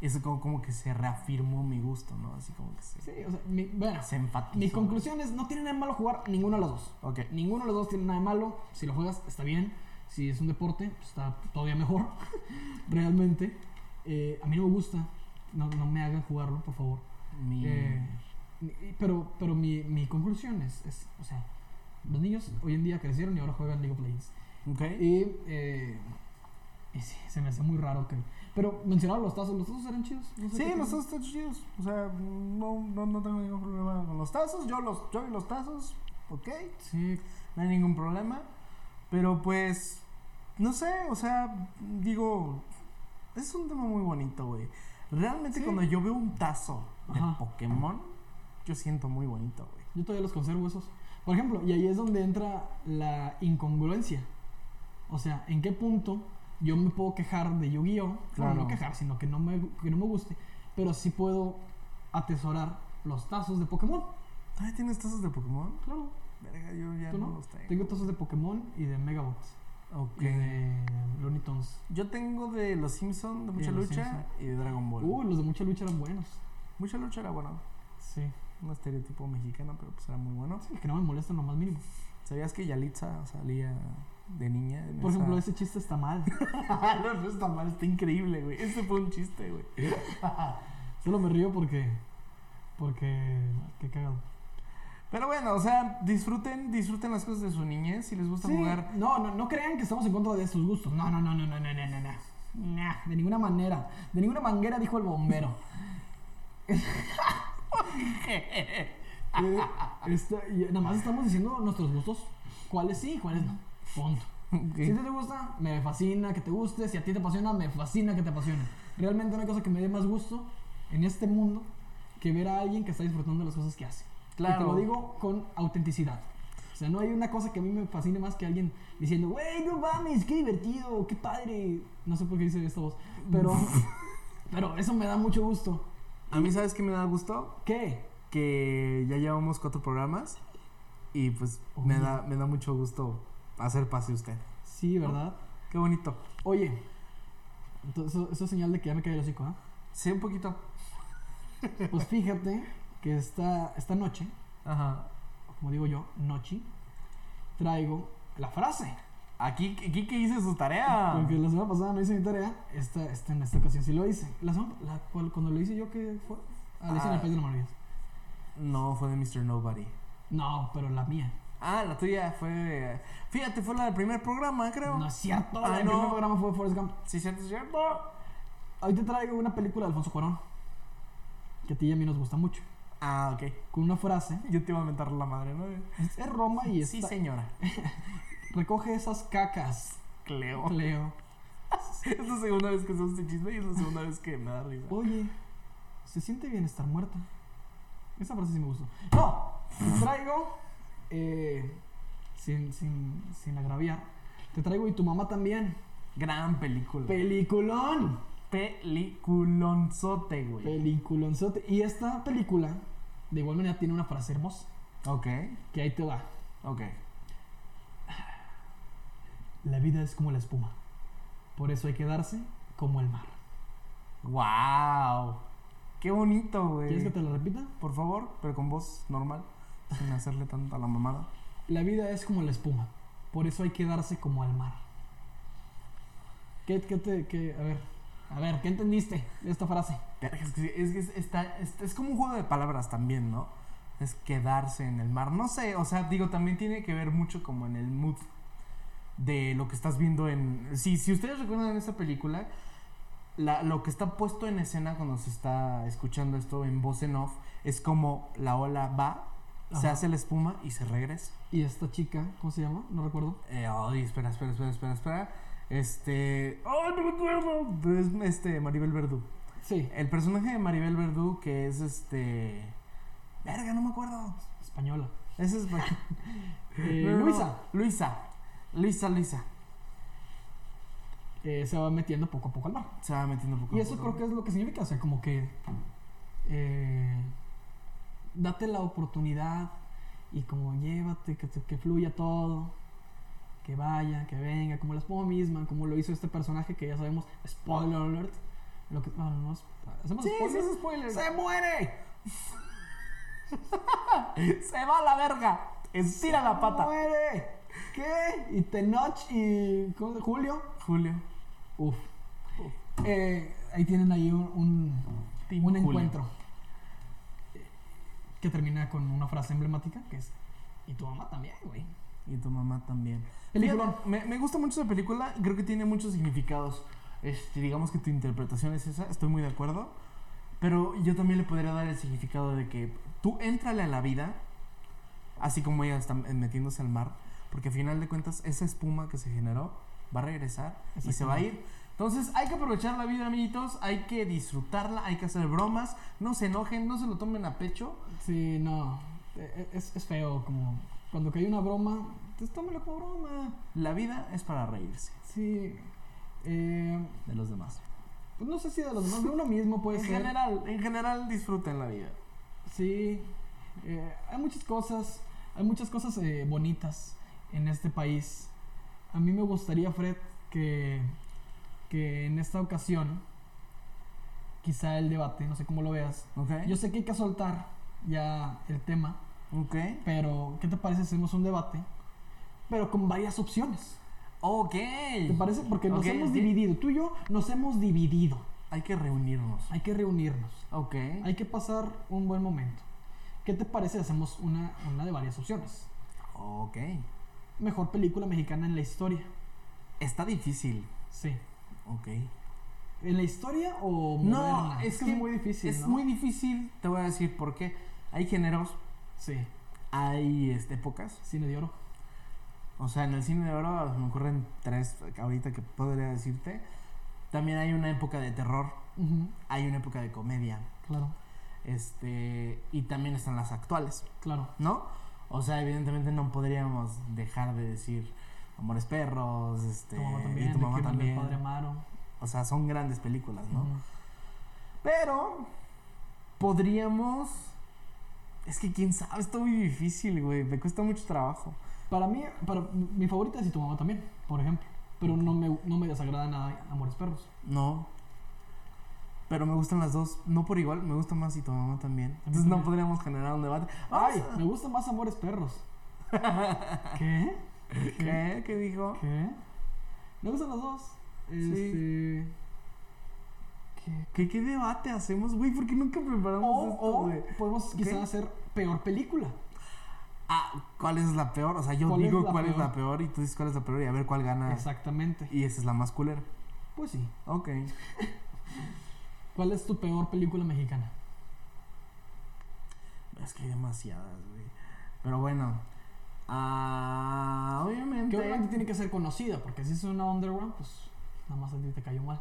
Eso como, como que se reafirmó mi gusto, ¿no? Así como que se,
Ah, Sí, o sea, mi, bueno,
se enfatizó.
mi conclusión es, no tiene nada de malo jugar ninguno de los dos.
Ok.
Ninguno de los dos tiene nada de malo. Si lo juegas, está bien. Si es un deporte, pues, está todavía mejor. [LAUGHS] Realmente. Eh, a mí no me gusta. No, no me hagan jugarlo, por favor.
Mi-
Eh, y- pero pero mi, mi conclusión es, es, o sea, los niños hoy en día crecieron y ahora juegan League of Legends.
ok.
Y, eh, y sí, se me hace muy raro que... Pero mencionaba los tazos, los tazos eran chidos. No sé qué
Sí,
tal.
los tazos están chidos. O sea, no, no, no tengo ningún problema con los tazos. Yo los, yo y los tazos, ok.
Sí,
No hay ningún problema. Pero pues, no sé, o sea, digo, es un tema muy bonito, güey. Realmente
Sí.
cuando yo veo un tazo de
Ajá.
Pokémon, yo siento muy bonito, güey.
yo todavía los conservo esos. Por ejemplo, y ahí es donde entra la incongruencia. O sea, ¿en qué punto yo me puedo quejar de Yu-Gi-Oh? Claro.
Claro.
No quejar, sino que no, me, que no me guste. Pero sí puedo atesorar los tazos de Pokémon.
¿Todavía tienes tazos de Pokémon?
Claro.
Verga, yo ya
¿Tú
no?
no?
los tengo.
Tengo tazos de Pokémon y de Megabots.
Ok.
Y de Looney Tunes.
Yo tengo de Los Simpsons, de
Y
Mucha
eh, de Los
Lucha y de Dragon Ball.
Uy, Uh, los de mucha lucha eran buenos.
Mucha Lucha era bueno.
Sí.
Un estereotipo mexicano, pero pues era muy bueno.
Sí, que no me molesta lo más mínimo.
¿Sabías que Yalitza salía de niña? en
Por
esa- [LAUGHS]
ejemplo, ese chiste está mal.
Ah, no, no está mal, está increíble, güey. Ese fue un chiste, güey.
[LAUGHS] Solo me río porque. Porque. Qué cagado.
Pero bueno, o sea, disfruten, disfruten las cosas de su niñez. Si les gusta
Sí,
jugar,
Este No, no, no crean que estamos en contra de sus gustos. No, no, no, no, no, no, no, no, no. Nah, de ninguna manera. De ninguna manguera dijo el bombero. [LAUGHS] Eh, esta- y nada más estamos diciendo nuestros gustos. ¿Cuáles sí y cuáles no? Punto.
Ok.
Si a ti te gusta, me fascina que te guste. Si a ti te apasiona, me fascina que te apasione. Realmente no hay cosa que me dé más gusto en este mundo que ver a alguien que está disfrutando de las cosas que hace. Y te
Claro.
lo digo con autenticidad. O sea, no hay una cosa que a mí me fascine más que alguien diciendo, wey, no mames, qué divertido, qué padre. No sé por qué hice esta voz,
[LAUGHS]
pero, pero eso me da mucho gusto.
A mí, ¿sabes qué me da gusto?
¿Qué?
Que ya llevamos cuatro programas y pues me,
Oye.
da, me da mucho gusto hacer pase usted.
Sí, ¿verdad?
Qué bonito.
Oye, entonces, eso, eso es señal de que ya me cae el
[LAUGHS]
hocico, ¿ah?
Sí, un poquito.
Pues fíjate que esta, esta noche,
Ajá.
como digo yo, noche, traigo la frase.
Aquí, aquí que hice su tarea.
Porque la semana pasada no hice mi tarea, esta, esta, en esta ocasión sí lo hice. La semana- la cual- cuando lo hice yo, ¿qué fue? Ah, lo hice en el
Ah.
País de las Maravillas.
No, fue de Mr. Nobody.
No, pero la mía.
Ah, la tuya fue. Fíjate, fue la del primer programa, creo.
No es cierto.
Ah,
el
no.
primer programa fue Forrest Gump.
Sí, cierto, cierto.
Hoy te traigo una película de Alfonso Cuarón. Que a ti y a mí nos gusta mucho.
Ah, ok.
Con una frase.
Yo te iba a mentar la madre, ¿no?
Es Roma y es.
Sí, señora.
Recoge esas cacas, oh,
Cleo.
Cleo.
[LAUGHS] Es la segunda vez que se este chisme y es la segunda vez que me da risa.
Oye, se siente bien estar muerta. Esa frase sí me gustó. No, te traigo, eh, sin, sin, sin agraviar, te traigo y tu mamá también.
Gran película.
Peliculón.
Peliculonzote, güey.
Peliculonzote. Y esta película, de igual manera, tiene una frase hermosa.
ok,
Que ahí te va.
ok.
La vida es como la espuma. Por eso hay que darse como el mar.
Wow. Qué bonito,
¿Quieres que
güey.
te la repita?
Por favor, pero con voz normal, sin hacerle tanto a la mamada.
La vida es como la espuma. Por eso hay que darse como al mar. ¿Qué, qué te.? qué- a ver. A ver, ¿qué entendiste de esta frase?
Verga, Es que, es, que es- está- es- es como un juego de palabras también, ¿no? Es quedarse en el mar. No sé, o sea, digo, también tiene que ver mucho como en el mood de lo que estás viendo en... Si, si ustedes recuerdan esa película, la- lo que está puesto en escena cuando se está escuchando esto en voz en off es como la ola va, se
Ajá.
hace la espuma y se regresa.
Y esta chica, ¿cómo se llama? No recuerdo.
Eh, ay, espera, espera, espera, espera, espera. Este... ¡Ay, no recuerdo! Es este, Maribel Verdú.
Sí,
El personaje de Maribel Verdú, que es este. Verga, no me acuerdo.
española.
Ese es.
Eh,
No, no, no.
Luisa
Luisa. Luisa, Luisa.
eh, se va metiendo poco a poco al mar.
Se va metiendo un poco.
Y eso creo que es lo que significa, o sea, como que eh, date la oportunidad y como llévate, que, te- que fluya todo, que vaya, que venga, como la espuma misma, como lo hizo este personaje que ya sabemos, spoiler alert, lo que, bueno, no, es- hacemos
Sí, sí,
spoiler?
es spoiler.
¡Se muere!
Se va a la verga. Estira la
¡Se
pata.
muere! ¿Qué? Y Tenoch y ¿cómo se- Julio.
Julio.
Uf. Eh, ahí tienen ahí un- un,
Team
un
Julio.
encuentro eh, que termina con una frase emblemática que es y tu mamá también, güey.
Y tu mamá también.
Película.
Fíjate, Me, me gusta mucho esa película. Creo que tiene muchos significados. Este, digamos que tu interpretación es esa. Estoy muy de acuerdo. Pero yo también le podría dar el significado de que tú éntrale a la vida. Así como ella está metiéndose al mar. Porque al final de cuentas, esa espuma que se generó va a regresar y se va a ir. Entonces hay que aprovechar la vida, amiguitos. Hay que disfrutarla. Hay que hacer bromas. No se enojen. No se lo tomen a pecho.
Sí, no. eh, Es, es feo, como cuando cae una broma, pues tómalo como broma.
La vida es para reírse
Sí. eh,
de los demás.
pues no sé si de los demás, de uno mismo puede
en
ser.
general, en general disfruten la vida.
Sí, eh, hay muchas cosas, hay muchas cosas eh, bonitas en este país. A mí me gustaría, Fred, que, que en esta ocasión, quizá el debate, no sé cómo lo veas,
Ok.
yo sé que hay que soltar ya el tema,
Ok.
pero ¿qué te parece si hacemos un debate? Pero con varias opciones.
Ok.
¿Te parece? Porque nos
Ok,
hemos
ok.
dividido, tú y yo nos hemos dividido.
Hay que reunirnos.
Hay que reunirnos.
Ok.
Hay que pasar un buen momento. ¿Qué te parece? si Hacemos una, una de varias opciones.
Ok.
Mejor película mexicana en la historia.
Está difícil.
Sí.
Ok.
¿En la historia o
No,
moderna?
es que
es muy difícil.
es
¿no?
muy difícil. Te voy a decir por qué. Hay géneros,
Sí,
hay este, épocas.
cine de oro.
O sea, en el cine de oro se me ocurren tres ahorita que podría decirte. También hay una época de terror,
Ujú,
hay una época de comedia,
Claro,
este, y también están las actuales,
claro.
¿no? O sea, evidentemente no podríamos dejar de decir Amores Perros, este,
tu mamá también,
y tu mamá
de también.
también.
Padre Amaro.
O sea, son grandes películas, ¿no?
Ujú.
Pero podríamos. Es que quién sabe, está muy difícil, güey. Me cuesta mucho trabajo.
Para mí, para, mi favorita es y tu mamá también, por ejemplo. Pero no me, no me desagrada nada Amores Perros.
No. Pero me gustan las dos. No por igual, me gusta más y tu mamá también. Entonces no
también.
podríamos generar
[LAUGHS]
un debate.
Ay,
¡Ay!
me gustan más Amores Perros.
[LAUGHS]
¿Qué?
¿Qué? ¿Qué dijo?
¿Qué? Me gustan las dos.
Sí.
Este. ¿Qué?
¿Qué, qué debate hacemos, güey? ¿Por qué nunca preparamos
O,
esto,
o
güey?
podemos
Ok.
quizás hacer peor película.
Ah, ¿cuál es la peor? O sea, yo
¿Cuál es
digo
la
cuál es
peor?
la peor y tú dices cuál es la peor y a ver cuál gana.
Exactamente.
Y esa es la más culera.
Pues sí.
Ok.
¿Cuál es tu peor película mexicana?
Es que hay demasiadas, güey. Pero bueno. Ah,
Que obviamente
obviamente.
tiene que ser conocida, porque si es una underground, pues nada más a ti te cayó mal.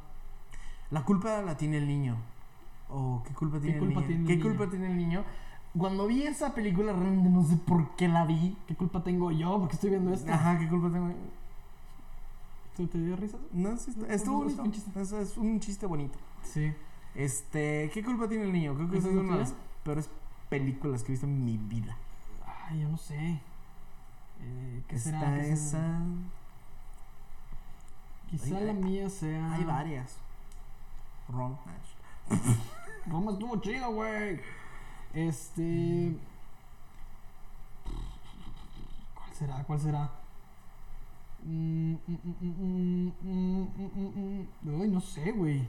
La culpa la tiene el niño. ¿O qué culpa tiene
culpa
el niño?
tiene el
¿Qué
niño?
culpa tiene el niño? Cuando vi esa película, realmente no sé por qué la vi.
¿Qué culpa tengo yo? Porque estoy viendo esto.
Ajá, ¿qué culpa tengo?
¿Tú te dio risa?
No, sí, está- estuvo
Es un
bonito. Es, es un chiste bonito.
Sí.
Este, ¿qué culpa tiene el niño? Creo que
¿Esa
esa
es
es
la
una de
tuya?
las peores películas que he visto en mi vida.
Ay, yo no sé. Eh, ¿Qué
Está
será? ¿Qué será?
esa.
Quizá
Oye,
la
hay-
mía sea.
Hay varias. Ron.
Roma estuvo chido, güey. Este. ¿Cuál será? ¿Cuál será? Mm, mm, mm, mm, mm, mm, mm, mm. Ay, no sé, güey.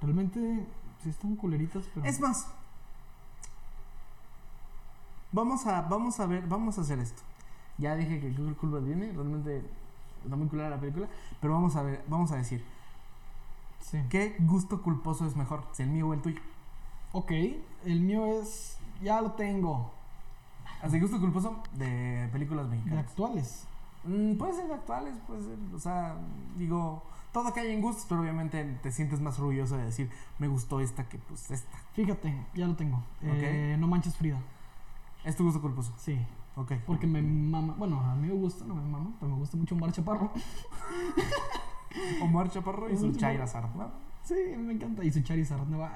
Realmente sí están culeritas, pero.
Es más, vamos a, vamos a ver, vamos a hacer esto. Ya dije que Google Culpa viene, realmente está muy culera la película, pero vamos a ver, vamos a decir,
Sí.
¿qué gusto culposo es mejor? Si el mío o el tuyo.
Ok, el mío es. Ya lo tengo.
Así gusto culposo de películas
De
mexicanas.
actuales.
Mm, puede ser actuales, puede ser, o sea, digo, todo que hay en gustos, pero obviamente te sientes más orgulloso de decir, me gustó esta que pues esta.
Fíjate, ya lo tengo. Eh, no manches Frida.
Es tu gusto culposo.
Sí,
Ok.
Porque me mama, bueno, a mí me gusta, no me mama, pero me gusta mucho Omar Chaparro.
Omar Chaparro y
Omar
su
Chaparro.
Chairazar, ¿no?
Sí, a mí me encanta. Y su Charizard, no, wow.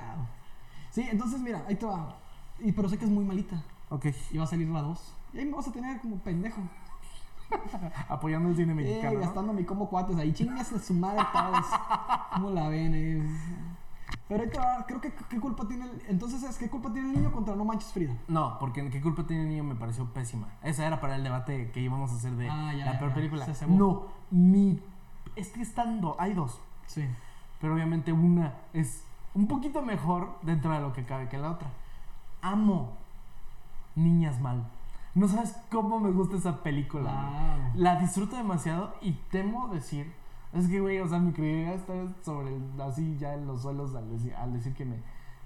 Sí, entonces mira, ahí te va. Y, pero sé que es muy malita.
Ok.
Y va a salir la 2. Y ahí me vas a tener como pendejo.
Apoyando el cine
Eh,
mexicano. ¿no?
gastando mi como cuates ahí. Chingas a su madre todos. ¿Cómo la ven? eh? Pero ahí te va. Creo que qué culpa tiene el... Entonces es qué culpa tiene el niño contra No Manches Frida.
No, porque en qué culpa tiene el niño me pareció pésima. Esa era para el debate que íbamos a hacer de
Ah, ya,
la
ya,
peor
ya.
película.
Se cebó.
No, mi. Es que están dos, hay dos.
Sí.
Pero obviamente una es un poquito mejor dentro de lo que cabe que la otra. Amo Niñas Mal. No sabes cómo me gusta esa película.
Ah,
güey.
Wow.
La disfruto demasiado y temo decir. Es que, güey, o sea, mi credibilidad está sobre el- así ya en los suelos al decir, al decir que, me,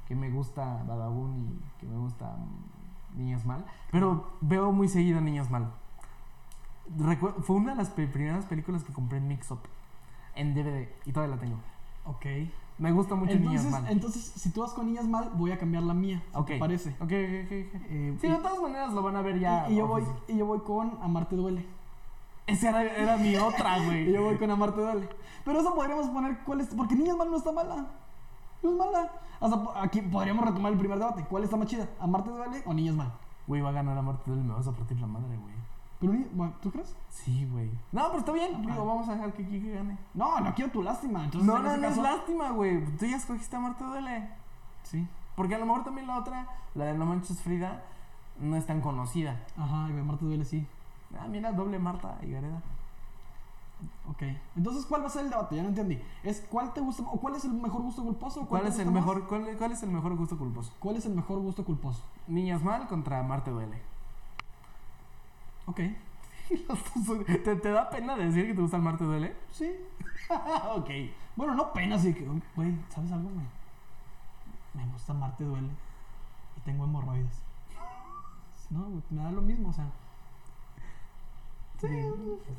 que me gusta Badabun y que me gusta mm, Niñas Mal. Pero veo muy seguido Niñas Mal. Recuer- fue una de las pe- primeras películas que compré en Mix Up en DVD y todavía la tengo.
Ok.
Me gusta mucho
Entonces,
Niñas Mal.
entonces, si tú vas con niñas mal, voy a cambiar la mía. si
Ok.
te parece?
Ok, ok, ok, ok.
Eh,
Sí,
y-
de todas maneras lo van a ver ya.
y, y yo voy,
oficial.
y yo voy con Amarte Duele.
Esa era, era mi
[LAUGHS]
otra,
Y
güey.
yo voy con Amarte Duele. Pero eso podríamos poner cuál es. Porque Niñas Mal no está mala. No es mala. Hasta po- aquí podríamos retomar el primer debate. ¿Cuál está más chida? ¿Amarte Duele o Niñas Mal?
Güey, va a ganar a Marte del Me vas a partir la madre, güey.
Pero, Ni- bueno, ¿tú crees?
Sí, güey. No, pero está bien.
Ah.
Digo, vamos a dejar que Kike gane.
No, no quiero tu lástima. Entonces,
No,
en
no,
ese
no es
caso-
lástima, güey. Tú ya escogiste a Marte Duele.
Sí.
Porque a lo mejor también la otra, la de No Manches Frida, no es tan conocida.
Ajá, y Amarte Duele sí.
Ah, mira, doble Marta y Gareda.
Ok. Entonces, ¿cuál va a ser el debate? Ya no entendí. ¿Es cuál te gusta o cuál es el mejor gusto culposo? o
¿Cuál
te
es el
gusta más?
mejor, cuál, cuál es el mejor gusto culposo?
¿Cuál es el mejor gusto culposo?
Niñas Mal contra Marte [LAUGHS] Duele.
Ok.
¿Te, te da pena decir que te gusta el Marte [LAUGHS] Duele?
Sí. [LAUGHS]
ok.
Bueno, no pena, sí que, güey, ¿sabes algo? Me, me gusta Marte Duele y tengo hemorroides. No, güey, me da lo mismo, o sea. Sí,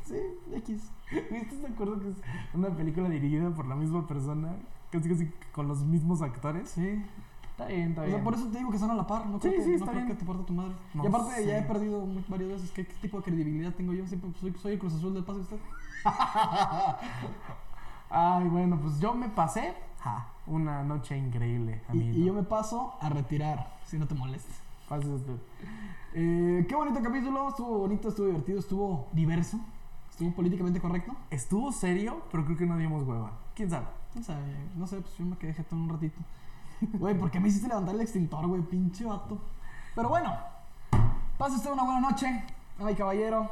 sí, X.
¿Estás de acuerdo que es una película dirigida por la misma persona? Casi casi con los mismos actores.
Sí.
Está bien, está
O sea,
bien.
por eso te digo que son a la par. No creo,
Sí,
que,
sí,
no
está
creo
bien.
que te parta tu madre.
No
y aparte, ya he
sé.
perdido mu- varias veces. ¿Qué, qué tipo de credibilidad tengo yo? Siempre soy, soy el Cruz Azul del pase de usted.
Ay, bueno, pues yo me pasé ja, una noche increíble,
Y,
amigo.
y yo me paso a retirar, si no te molestes.
Pases tú.
Eh, qué bonito capítulo. Estuvo bonito, estuvo divertido, estuvo diverso. Estuvo políticamente correcto.
Estuvo serio, pero creo que no dimos hueva. ¿Quién sabe?
No sé, no sé, pues yo me quedé jetón un
[LAUGHS]
ratito. Güey, ¿por qué me hiciste levantar el extintor, güey? Pinche vato. Pero bueno, pase usted una buena noche. Ay, caballero.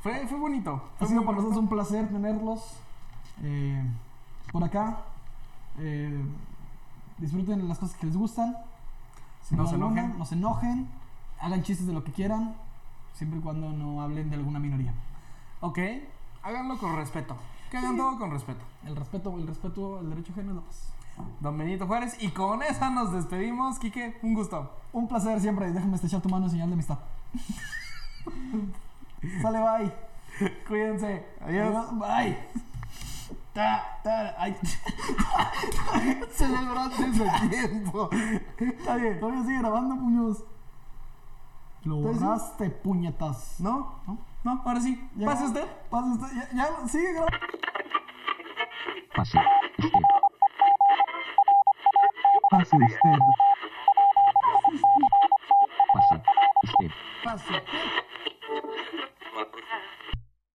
Fue, fue bonito.
Ha
Fue
sido
muy
para nosotros
bonito.
un placer tenerlos eh, por acá. Eh, disfruten las cosas que les gustan. Sin
No
duda
se
alguna,
enojen.
No se enojen. Hagan chistes de lo que quieran. Siempre y cuando no hablen de alguna minoría.
Ok, háganlo con respeto. Que hagan todo con respeto.
El respeto, el respeto al derecho ajeno es la paz.
Don Benito Juárez, y con esa nos despedimos. Quique, un gusto.
Un placer siempre. Déjame estrechar tu mano en señal de [LAUGHS] amistad. Sale, bye.
Cuídense. Adiós.
Adiós, Bye. Ta, ta, ay.
Celebrando ese tiempo. Está bien.
Todavía sigue grabando, puños. Lo
¿Todavía sigue?
borraste, puñetas.
¿No?
¿No?
No, ahora sí.
Ya.
Pase usted.
Pasa usted, ya, ya, sigue grabando.
Pase usted. Pase usted. Pase usted.
Pase.